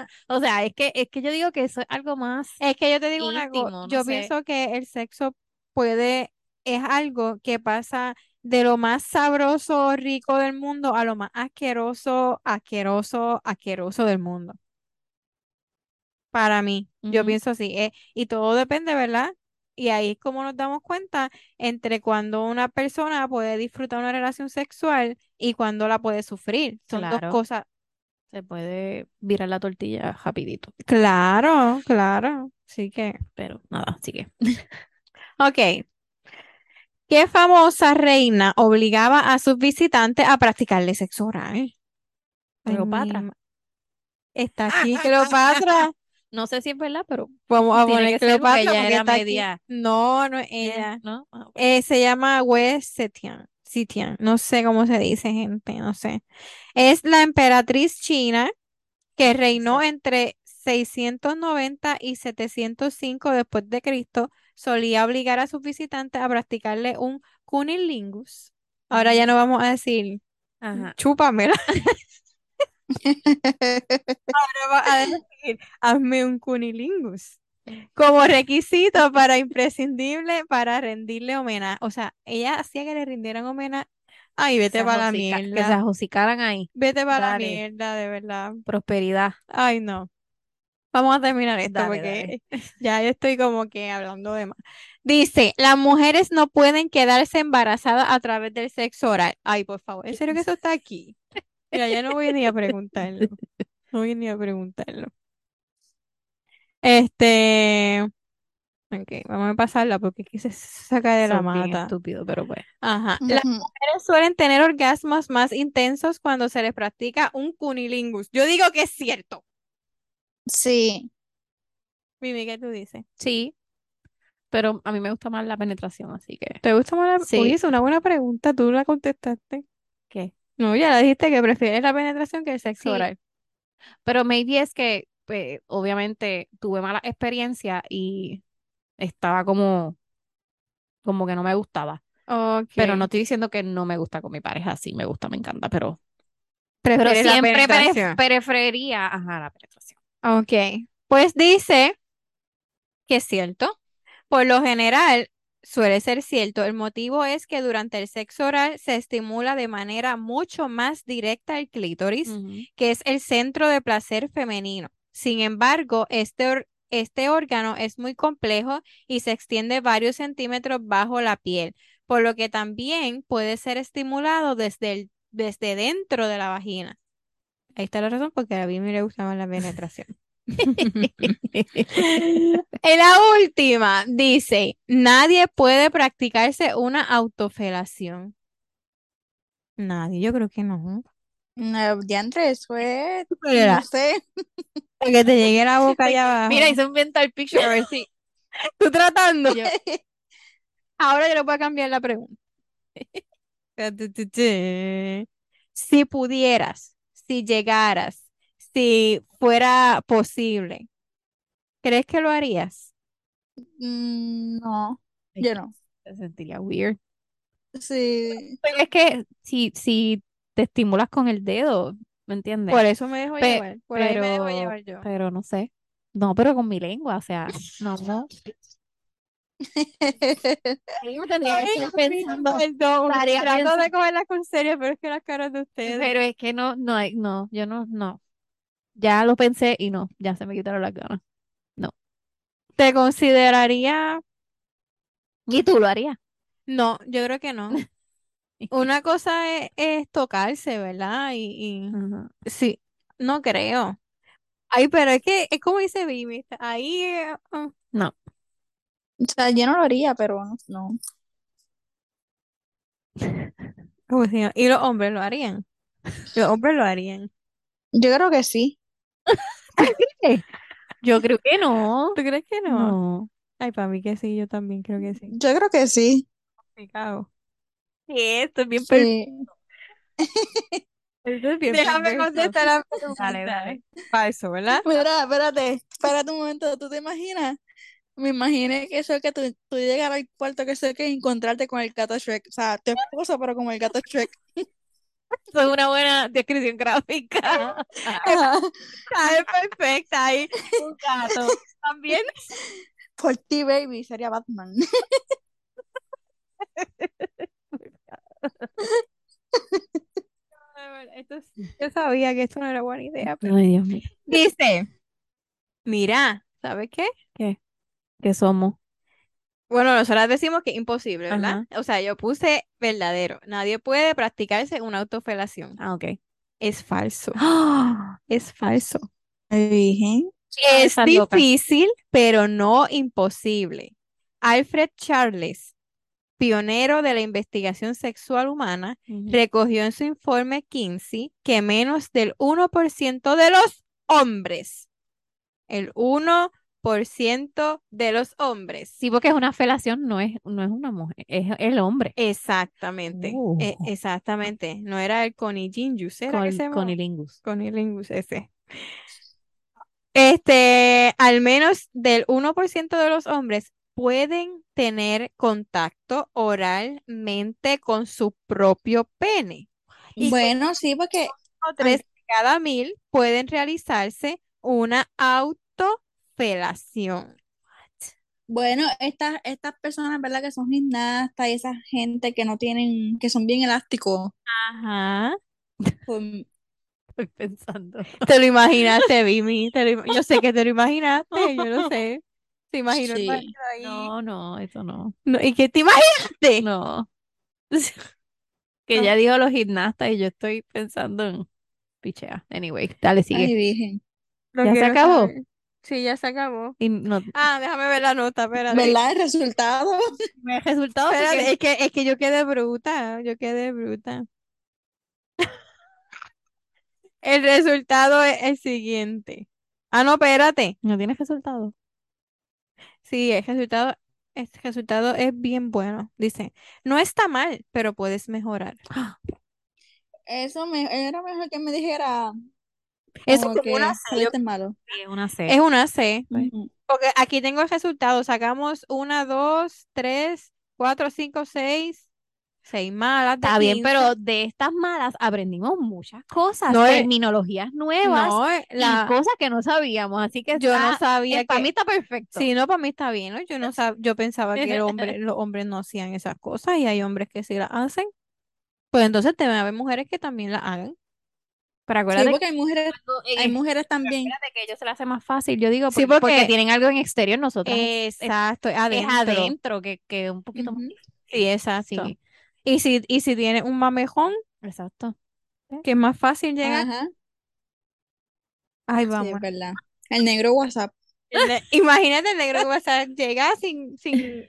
Speaker 3: Ajá.
Speaker 2: O sea, es que, es que yo digo que eso es algo más. eh,
Speaker 3: Es que yo te digo una cosa,
Speaker 2: íntimo, no
Speaker 3: yo
Speaker 2: sé.
Speaker 3: pienso que el sexo puede, es algo que pasa de lo más sabroso, rico del mundo a lo más asqueroso, asqueroso, asqueroso del mundo. Para mí, yo
Speaker 2: Ujú.
Speaker 3: pienso así. eh, y todo depende, ¿verdad? Y ahí es como nos damos cuenta entre cuando una persona puede disfrutar una relación sexual y cuando la puede sufrir. Son dos
Speaker 2: Claro.
Speaker 3: cosas.
Speaker 2: Se puede virar la tortilla rapidito,
Speaker 3: Claro, claro. Así que.
Speaker 2: pero nada, sigue.
Speaker 3: Ok. ¿Qué famosa reina obligaba a sus visitantes a practicarle sexo oral? Ay,
Speaker 2: Cleopatra. Ah,
Speaker 3: mi ma- Está aquí Cleopatra.
Speaker 2: No sé si es verdad, pero
Speaker 3: Vamos a
Speaker 2: ah. Tiene
Speaker 3: poner
Speaker 2: que ser porque
Speaker 3: Cleopatra
Speaker 2: ella
Speaker 3: porque
Speaker 2: era
Speaker 3: está aquí.
Speaker 2: media.
Speaker 3: No, no es
Speaker 2: eh,
Speaker 3: ella.
Speaker 2: ¿no? Ah, ok.
Speaker 3: Eh, se llama Wes Setian. Sitian. No sé cómo se dice, gente, no sé. Es la emperatriz china que reinó entre 690 y 705 después de Cristo. Solía obligar a sus visitantes a practicarle un cunilingus. Ahora ya no vamos a decir
Speaker 2: Ajá.
Speaker 3: chúpamela. Ahora va a decir, hazme un cunilingus. Como requisito para imprescindible para rendirle homenaje. O sea, ella hacía que le rindieran homenaje. Ay, vete
Speaker 2: Se
Speaker 3: para la
Speaker 2: ajosica- que se
Speaker 3: mierda.
Speaker 2: ajosicaran ahí.
Speaker 3: Vete para la
Speaker 2: Dale.
Speaker 3: mierda, de verdad.
Speaker 2: Prosperidad.
Speaker 3: Ay, no. Vamos a terminar esto
Speaker 2: Dale,
Speaker 3: porque ya yo estoy como que hablando de más. Dice, las mujeres no pueden quedarse embarazadas a través del sexo oral. Ay, por favor, ¿en serio que eso está aquí? Mira, ya no voy ni a preguntarlo. No voy ni a preguntarlo. Este, ok, vamos a pasarla porque quise sacar de la
Speaker 2: Son bien
Speaker 3: mata.
Speaker 2: estúpido, pero pues.
Speaker 3: Ajá. Las
Speaker 4: Ujú.
Speaker 3: mujeres suelen tener orgasmos más intensos cuando se les practica un cunilingus. Yo digo que es cierto.
Speaker 4: Sí.
Speaker 3: Mimi, ¿qué tú dices?
Speaker 2: Sí. Pero a mí me gusta más la penetración, así que.
Speaker 3: ¿Te gusta más la...
Speaker 2: Sí.
Speaker 3: Oye, es una buena pregunta, tú la contestaste.
Speaker 2: ¿Qué?
Speaker 3: No, ya la dijiste que prefieres la penetración que el sexo
Speaker 2: Sí.
Speaker 3: oral.
Speaker 2: Pero maybe es que, pues, obviamente, tuve mala experiencia y estaba como, como que no me gustaba. Pero no
Speaker 3: Ok.
Speaker 2: estoy diciendo que no me gusta con mi pareja, sí me gusta, me encanta, pero, pero
Speaker 3: Prefieres la
Speaker 2: siempre pref-
Speaker 3: penetración.
Speaker 2: preferiría, ajá, la penetración.
Speaker 3: Ok. Pues dice que es cierto. Por lo general, suele ser cierto. El motivo es que durante el sexo oral se estimula de manera mucho más directa el clítoris. que es el centro de placer femenino. Sin embargo, este, or- este órgano es muy complejo y se extiende varios centímetros bajo la piel, por lo que también puede ser estimulado desde, el- desde dentro de la vagina. Ahí está la razón porque a mí me le gusta más la penetración. En la última dice, nadie puede practicarse una autofelación. Nadie, yo creo que no.
Speaker 4: No, diantre, eso es,
Speaker 3: Mira,
Speaker 4: no sé.
Speaker 3: para que te llegue la boca allá abajo.
Speaker 2: Mira, hice un mental picture, a ver si
Speaker 3: Tú tratando. Ahora yo le voy a cambiar la pregunta. Si pudieras, si llegaras, si fuera posible, ¿crees que lo harías?
Speaker 4: Mm, No, yo no.
Speaker 2: me sentiría weird.
Speaker 4: Sí.
Speaker 2: Pero es que si, si te estimulas con el dedo, ¿me entiendes?
Speaker 3: Por eso me dejo
Speaker 2: Pe-
Speaker 3: llevar. Por ahí me dejo
Speaker 2: pero-
Speaker 3: llevar yo.
Speaker 2: Pero no sé. No, pero con mi lengua, o sea, no, no. Ahí me tendría que
Speaker 3: Ay,
Speaker 2: estar pensando.
Speaker 3: Perdón,
Speaker 2: estaría
Speaker 3: trato de
Speaker 2: pensando-
Speaker 3: cogerla con serio, pero es que las caras de ustedes.
Speaker 2: Pero es que no, no, hay- no, yo no, no. Ya lo pensé y no, ya se me quitaron las ganas.
Speaker 3: ¿Te consideraría?
Speaker 2: ¿Y tú lo harías?
Speaker 3: No, yo creo que no. Una cosa es, es tocarse, ¿verdad? Y,
Speaker 2: Ajá.
Speaker 3: y sí, no creo. oh, Ay, pero es que es como dice Bimmy, ahí eh, ah,
Speaker 2: No.
Speaker 4: O sea, yo no lo haría, pero no. no.
Speaker 3: Uy, señor, Y los hombres lo harían. Los hombres lo harían.
Speaker 4: Yo creo que sí.
Speaker 2: Yo creo que no.
Speaker 3: ¿Tú crees que no?
Speaker 2: No.
Speaker 3: Ay, para mí que sí, yo también creo que sí.
Speaker 4: Yo creo que sí.
Speaker 3: Me cago. Sí, esto es bien per-
Speaker 4: Sí.
Speaker 3: esto es bien
Speaker 1: Déjame
Speaker 3: perverso.
Speaker 1: contestar la
Speaker 3: Dale,
Speaker 1: pregunta.
Speaker 3: dale. Falso, ¿verdad?
Speaker 4: Mira, espérate, espérate un momento, ¿tú te imaginas? Me imaginé que eso que tú, tú llegar al cuarto, que eso que encontrarte con el gato Shrek, o sea, tu esposo, pero como el gato Shrek.
Speaker 2: Eso es una buena descripción gráfica.
Speaker 4: Ajá.
Speaker 3: Sabe perfecta ahí. Un gato. También.
Speaker 4: Por ti, baby, sería Batman.
Speaker 3: Esto es- yo sabía que esto no era buena idea. pero-
Speaker 2: Ay, Dios mío.
Speaker 3: Dice, mira, ¿sabes qué?
Speaker 2: ¿Qué somos?
Speaker 3: Bueno, nosotras decimos que es imposible, ¿verdad? O sea, yo puse verdadero. Nadie puede practicarse una autofelación.
Speaker 2: Ah, ok.
Speaker 3: Es falso.
Speaker 2: ¡Ah!
Speaker 3: Es falso.
Speaker 4: Virgen.
Speaker 3: Es
Speaker 2: estás loca.
Speaker 3: difícil, pero no imposible. Alfred Charles, pionero de la investigación sexual humana, recogió en su informe Kinsey que menos del 1% de los hombres, el 1% de los hombres,
Speaker 2: Sí, porque es una felación, no es, no es una mujer, es el hombre.
Speaker 3: exactamente, e-
Speaker 2: Oh.
Speaker 3: exactamente, no era el conilingus, ¿era que
Speaker 2: Con,
Speaker 3: se llamaba?
Speaker 2: conilingus.
Speaker 3: Conilingus ese. Este, al menos del 1% de los hombres pueden tener contacto oralmente con su propio pene. Y
Speaker 4: Bueno, sí, porque
Speaker 3: o tres de cada mil pueden realizarse una autofelación.
Speaker 4: Bueno, estas, estas personas, ¿verdad? Que son gimnastas y esa gente que no tienen, que son bien elásticos.
Speaker 3: Ajá.
Speaker 4: pues,
Speaker 2: Estoy pensando.
Speaker 3: Te lo imaginaste, Vimi. te lo im- yo sé que te lo imaginaste, yo lo sé. Te imagino el
Speaker 4: Sí.
Speaker 3: marido ahí.
Speaker 2: No, no, eso no.
Speaker 3: No, ¿y qué te imaginaste?
Speaker 2: No. Que
Speaker 3: Ah.
Speaker 2: ya dijo los gimnastas y yo estoy pensando en pichea. Anyway, dale, sigue.
Speaker 4: ay, virgen.
Speaker 3: Lo
Speaker 2: ¿Ya se
Speaker 3: quiero
Speaker 2: acabó?
Speaker 3: saber. Sí, ya se acabó.
Speaker 2: Y no,
Speaker 3: Ah, déjame ver la nota, espérate.
Speaker 4: ¿Verdad? El resultado.
Speaker 2: el resultado sí
Speaker 3: Espérate,
Speaker 2: que-
Speaker 3: es que, es que yo quedé bruta, yo quedé bruta. El resultado es el siguiente. Ah, no, espérate.
Speaker 2: no tienes resultado.
Speaker 3: Sí, el resultado, el resultado es bien bueno. Dice, no está mal, pero puedes mejorar.
Speaker 4: Eso me, era mejor que me dijera
Speaker 3: Eso
Speaker 4: como
Speaker 3: es como una pues, C, yo-
Speaker 4: que saliste malo.
Speaker 2: Sí, una C.
Speaker 3: es una C,
Speaker 2: Pues,
Speaker 4: Ujú.
Speaker 3: porque aquí tengo el resultado. Sacamos una, dos, tres, cuatro, cinco, seis, seis malas de
Speaker 2: Está bien,
Speaker 3: 15.
Speaker 2: pero de estas malas aprendimos muchas cosas,
Speaker 3: No, eh,
Speaker 2: terminologías nuevas
Speaker 3: No, eh,
Speaker 2: y
Speaker 3: la-
Speaker 2: cosas que no sabíamos. Así que
Speaker 3: yo no
Speaker 2: está-
Speaker 3: sabía
Speaker 2: eh, para
Speaker 3: que...
Speaker 2: mí está perfecto.
Speaker 3: Sí, no, para mí está bien, ¿no? Yo no sab- yo pensaba que el hombre, los hombres no hacían esas cosas y hay hombres que sí las hacen. Pues entonces deben haber mujeres que también las hagan.
Speaker 2: Pero
Speaker 4: Sí,
Speaker 2: acuérdate
Speaker 4: porque hay mujeres,
Speaker 2: que, en
Speaker 4: hay mujeres también.
Speaker 2: Acuérdate que ellos se la hace más fácil, yo digo,
Speaker 3: Sí,
Speaker 2: por- porque,
Speaker 3: porque-
Speaker 2: tienen algo en exterior, nosotras es-
Speaker 3: Exacto, es
Speaker 2: es
Speaker 3: adentro.
Speaker 2: adentro, que, que un poquito más.
Speaker 4: Ujú.
Speaker 3: Sí, exacto.
Speaker 2: Sí,
Speaker 3: Y si, y si tienes un mamejón,
Speaker 2: exacto.
Speaker 3: que es más fácil llegar.
Speaker 4: Ajá,
Speaker 3: Ay,
Speaker 4: sí, es
Speaker 3: vamos.
Speaker 4: verdad. El negro WhatsApp.
Speaker 3: El ne- Imagínate el negro que va a llegar sin, sin.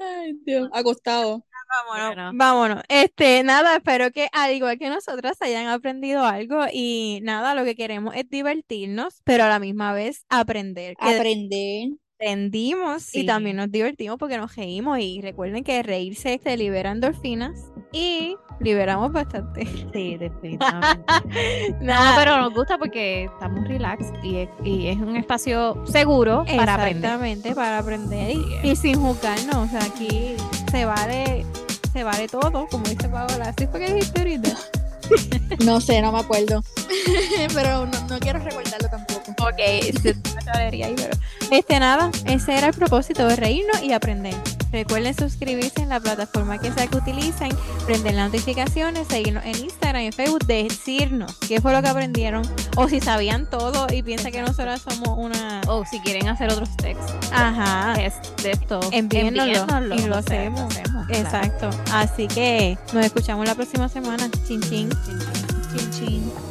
Speaker 4: Ay, Dios, acostado.
Speaker 3: Vámonos,
Speaker 2: Bueno.
Speaker 3: vámonos. Este, nada, espero que al igual que nosotras hayan aprendido algo y nada, lo que queremos es divertirnos, pero a la misma vez aprender. Que
Speaker 4: Aprender.
Speaker 3: aprendimos y
Speaker 2: Sí.
Speaker 3: también nos divertimos porque nos reímos y recuerden que reírse te libera endorfinas y liberamos bastante.
Speaker 2: Sí, definitivamente.
Speaker 3: Nada,
Speaker 2: Pero nos gusta porque estamos relax y es, y es un espacio seguro para aprender.
Speaker 3: Exactamente, para aprender y, y sin juzgarnos. O sea, aquí se vale, se vale todo, como dice Paola. Así fue que dijiste ahorita.
Speaker 4: No sé, no me acuerdo. Pero no, no quiero recordarlo tampoco.
Speaker 3: Ok, se- una chavalería ahí, pero- Este nada, ese era el propósito de reírnos y aprender. Recuerden suscribirse en la plataforma que sea que utilicen, prender las notificaciones, seguirnos en Instagram y en Facebook, decirnos qué fue lo que aprendieron o si sabían todo y piensan que
Speaker 2: Exacto.
Speaker 3: nosotras somos una...
Speaker 2: O si quieren hacer otros textos
Speaker 3: Ajá,
Speaker 2: test de esto,
Speaker 3: Envíennoslo
Speaker 2: envíennoslo,
Speaker 3: y lo
Speaker 2: o sea,
Speaker 3: hacemos.
Speaker 2: claro.
Speaker 3: exacto. Así que nos escuchamos la próxima semana. Chin, chin.
Speaker 4: Chin, chin.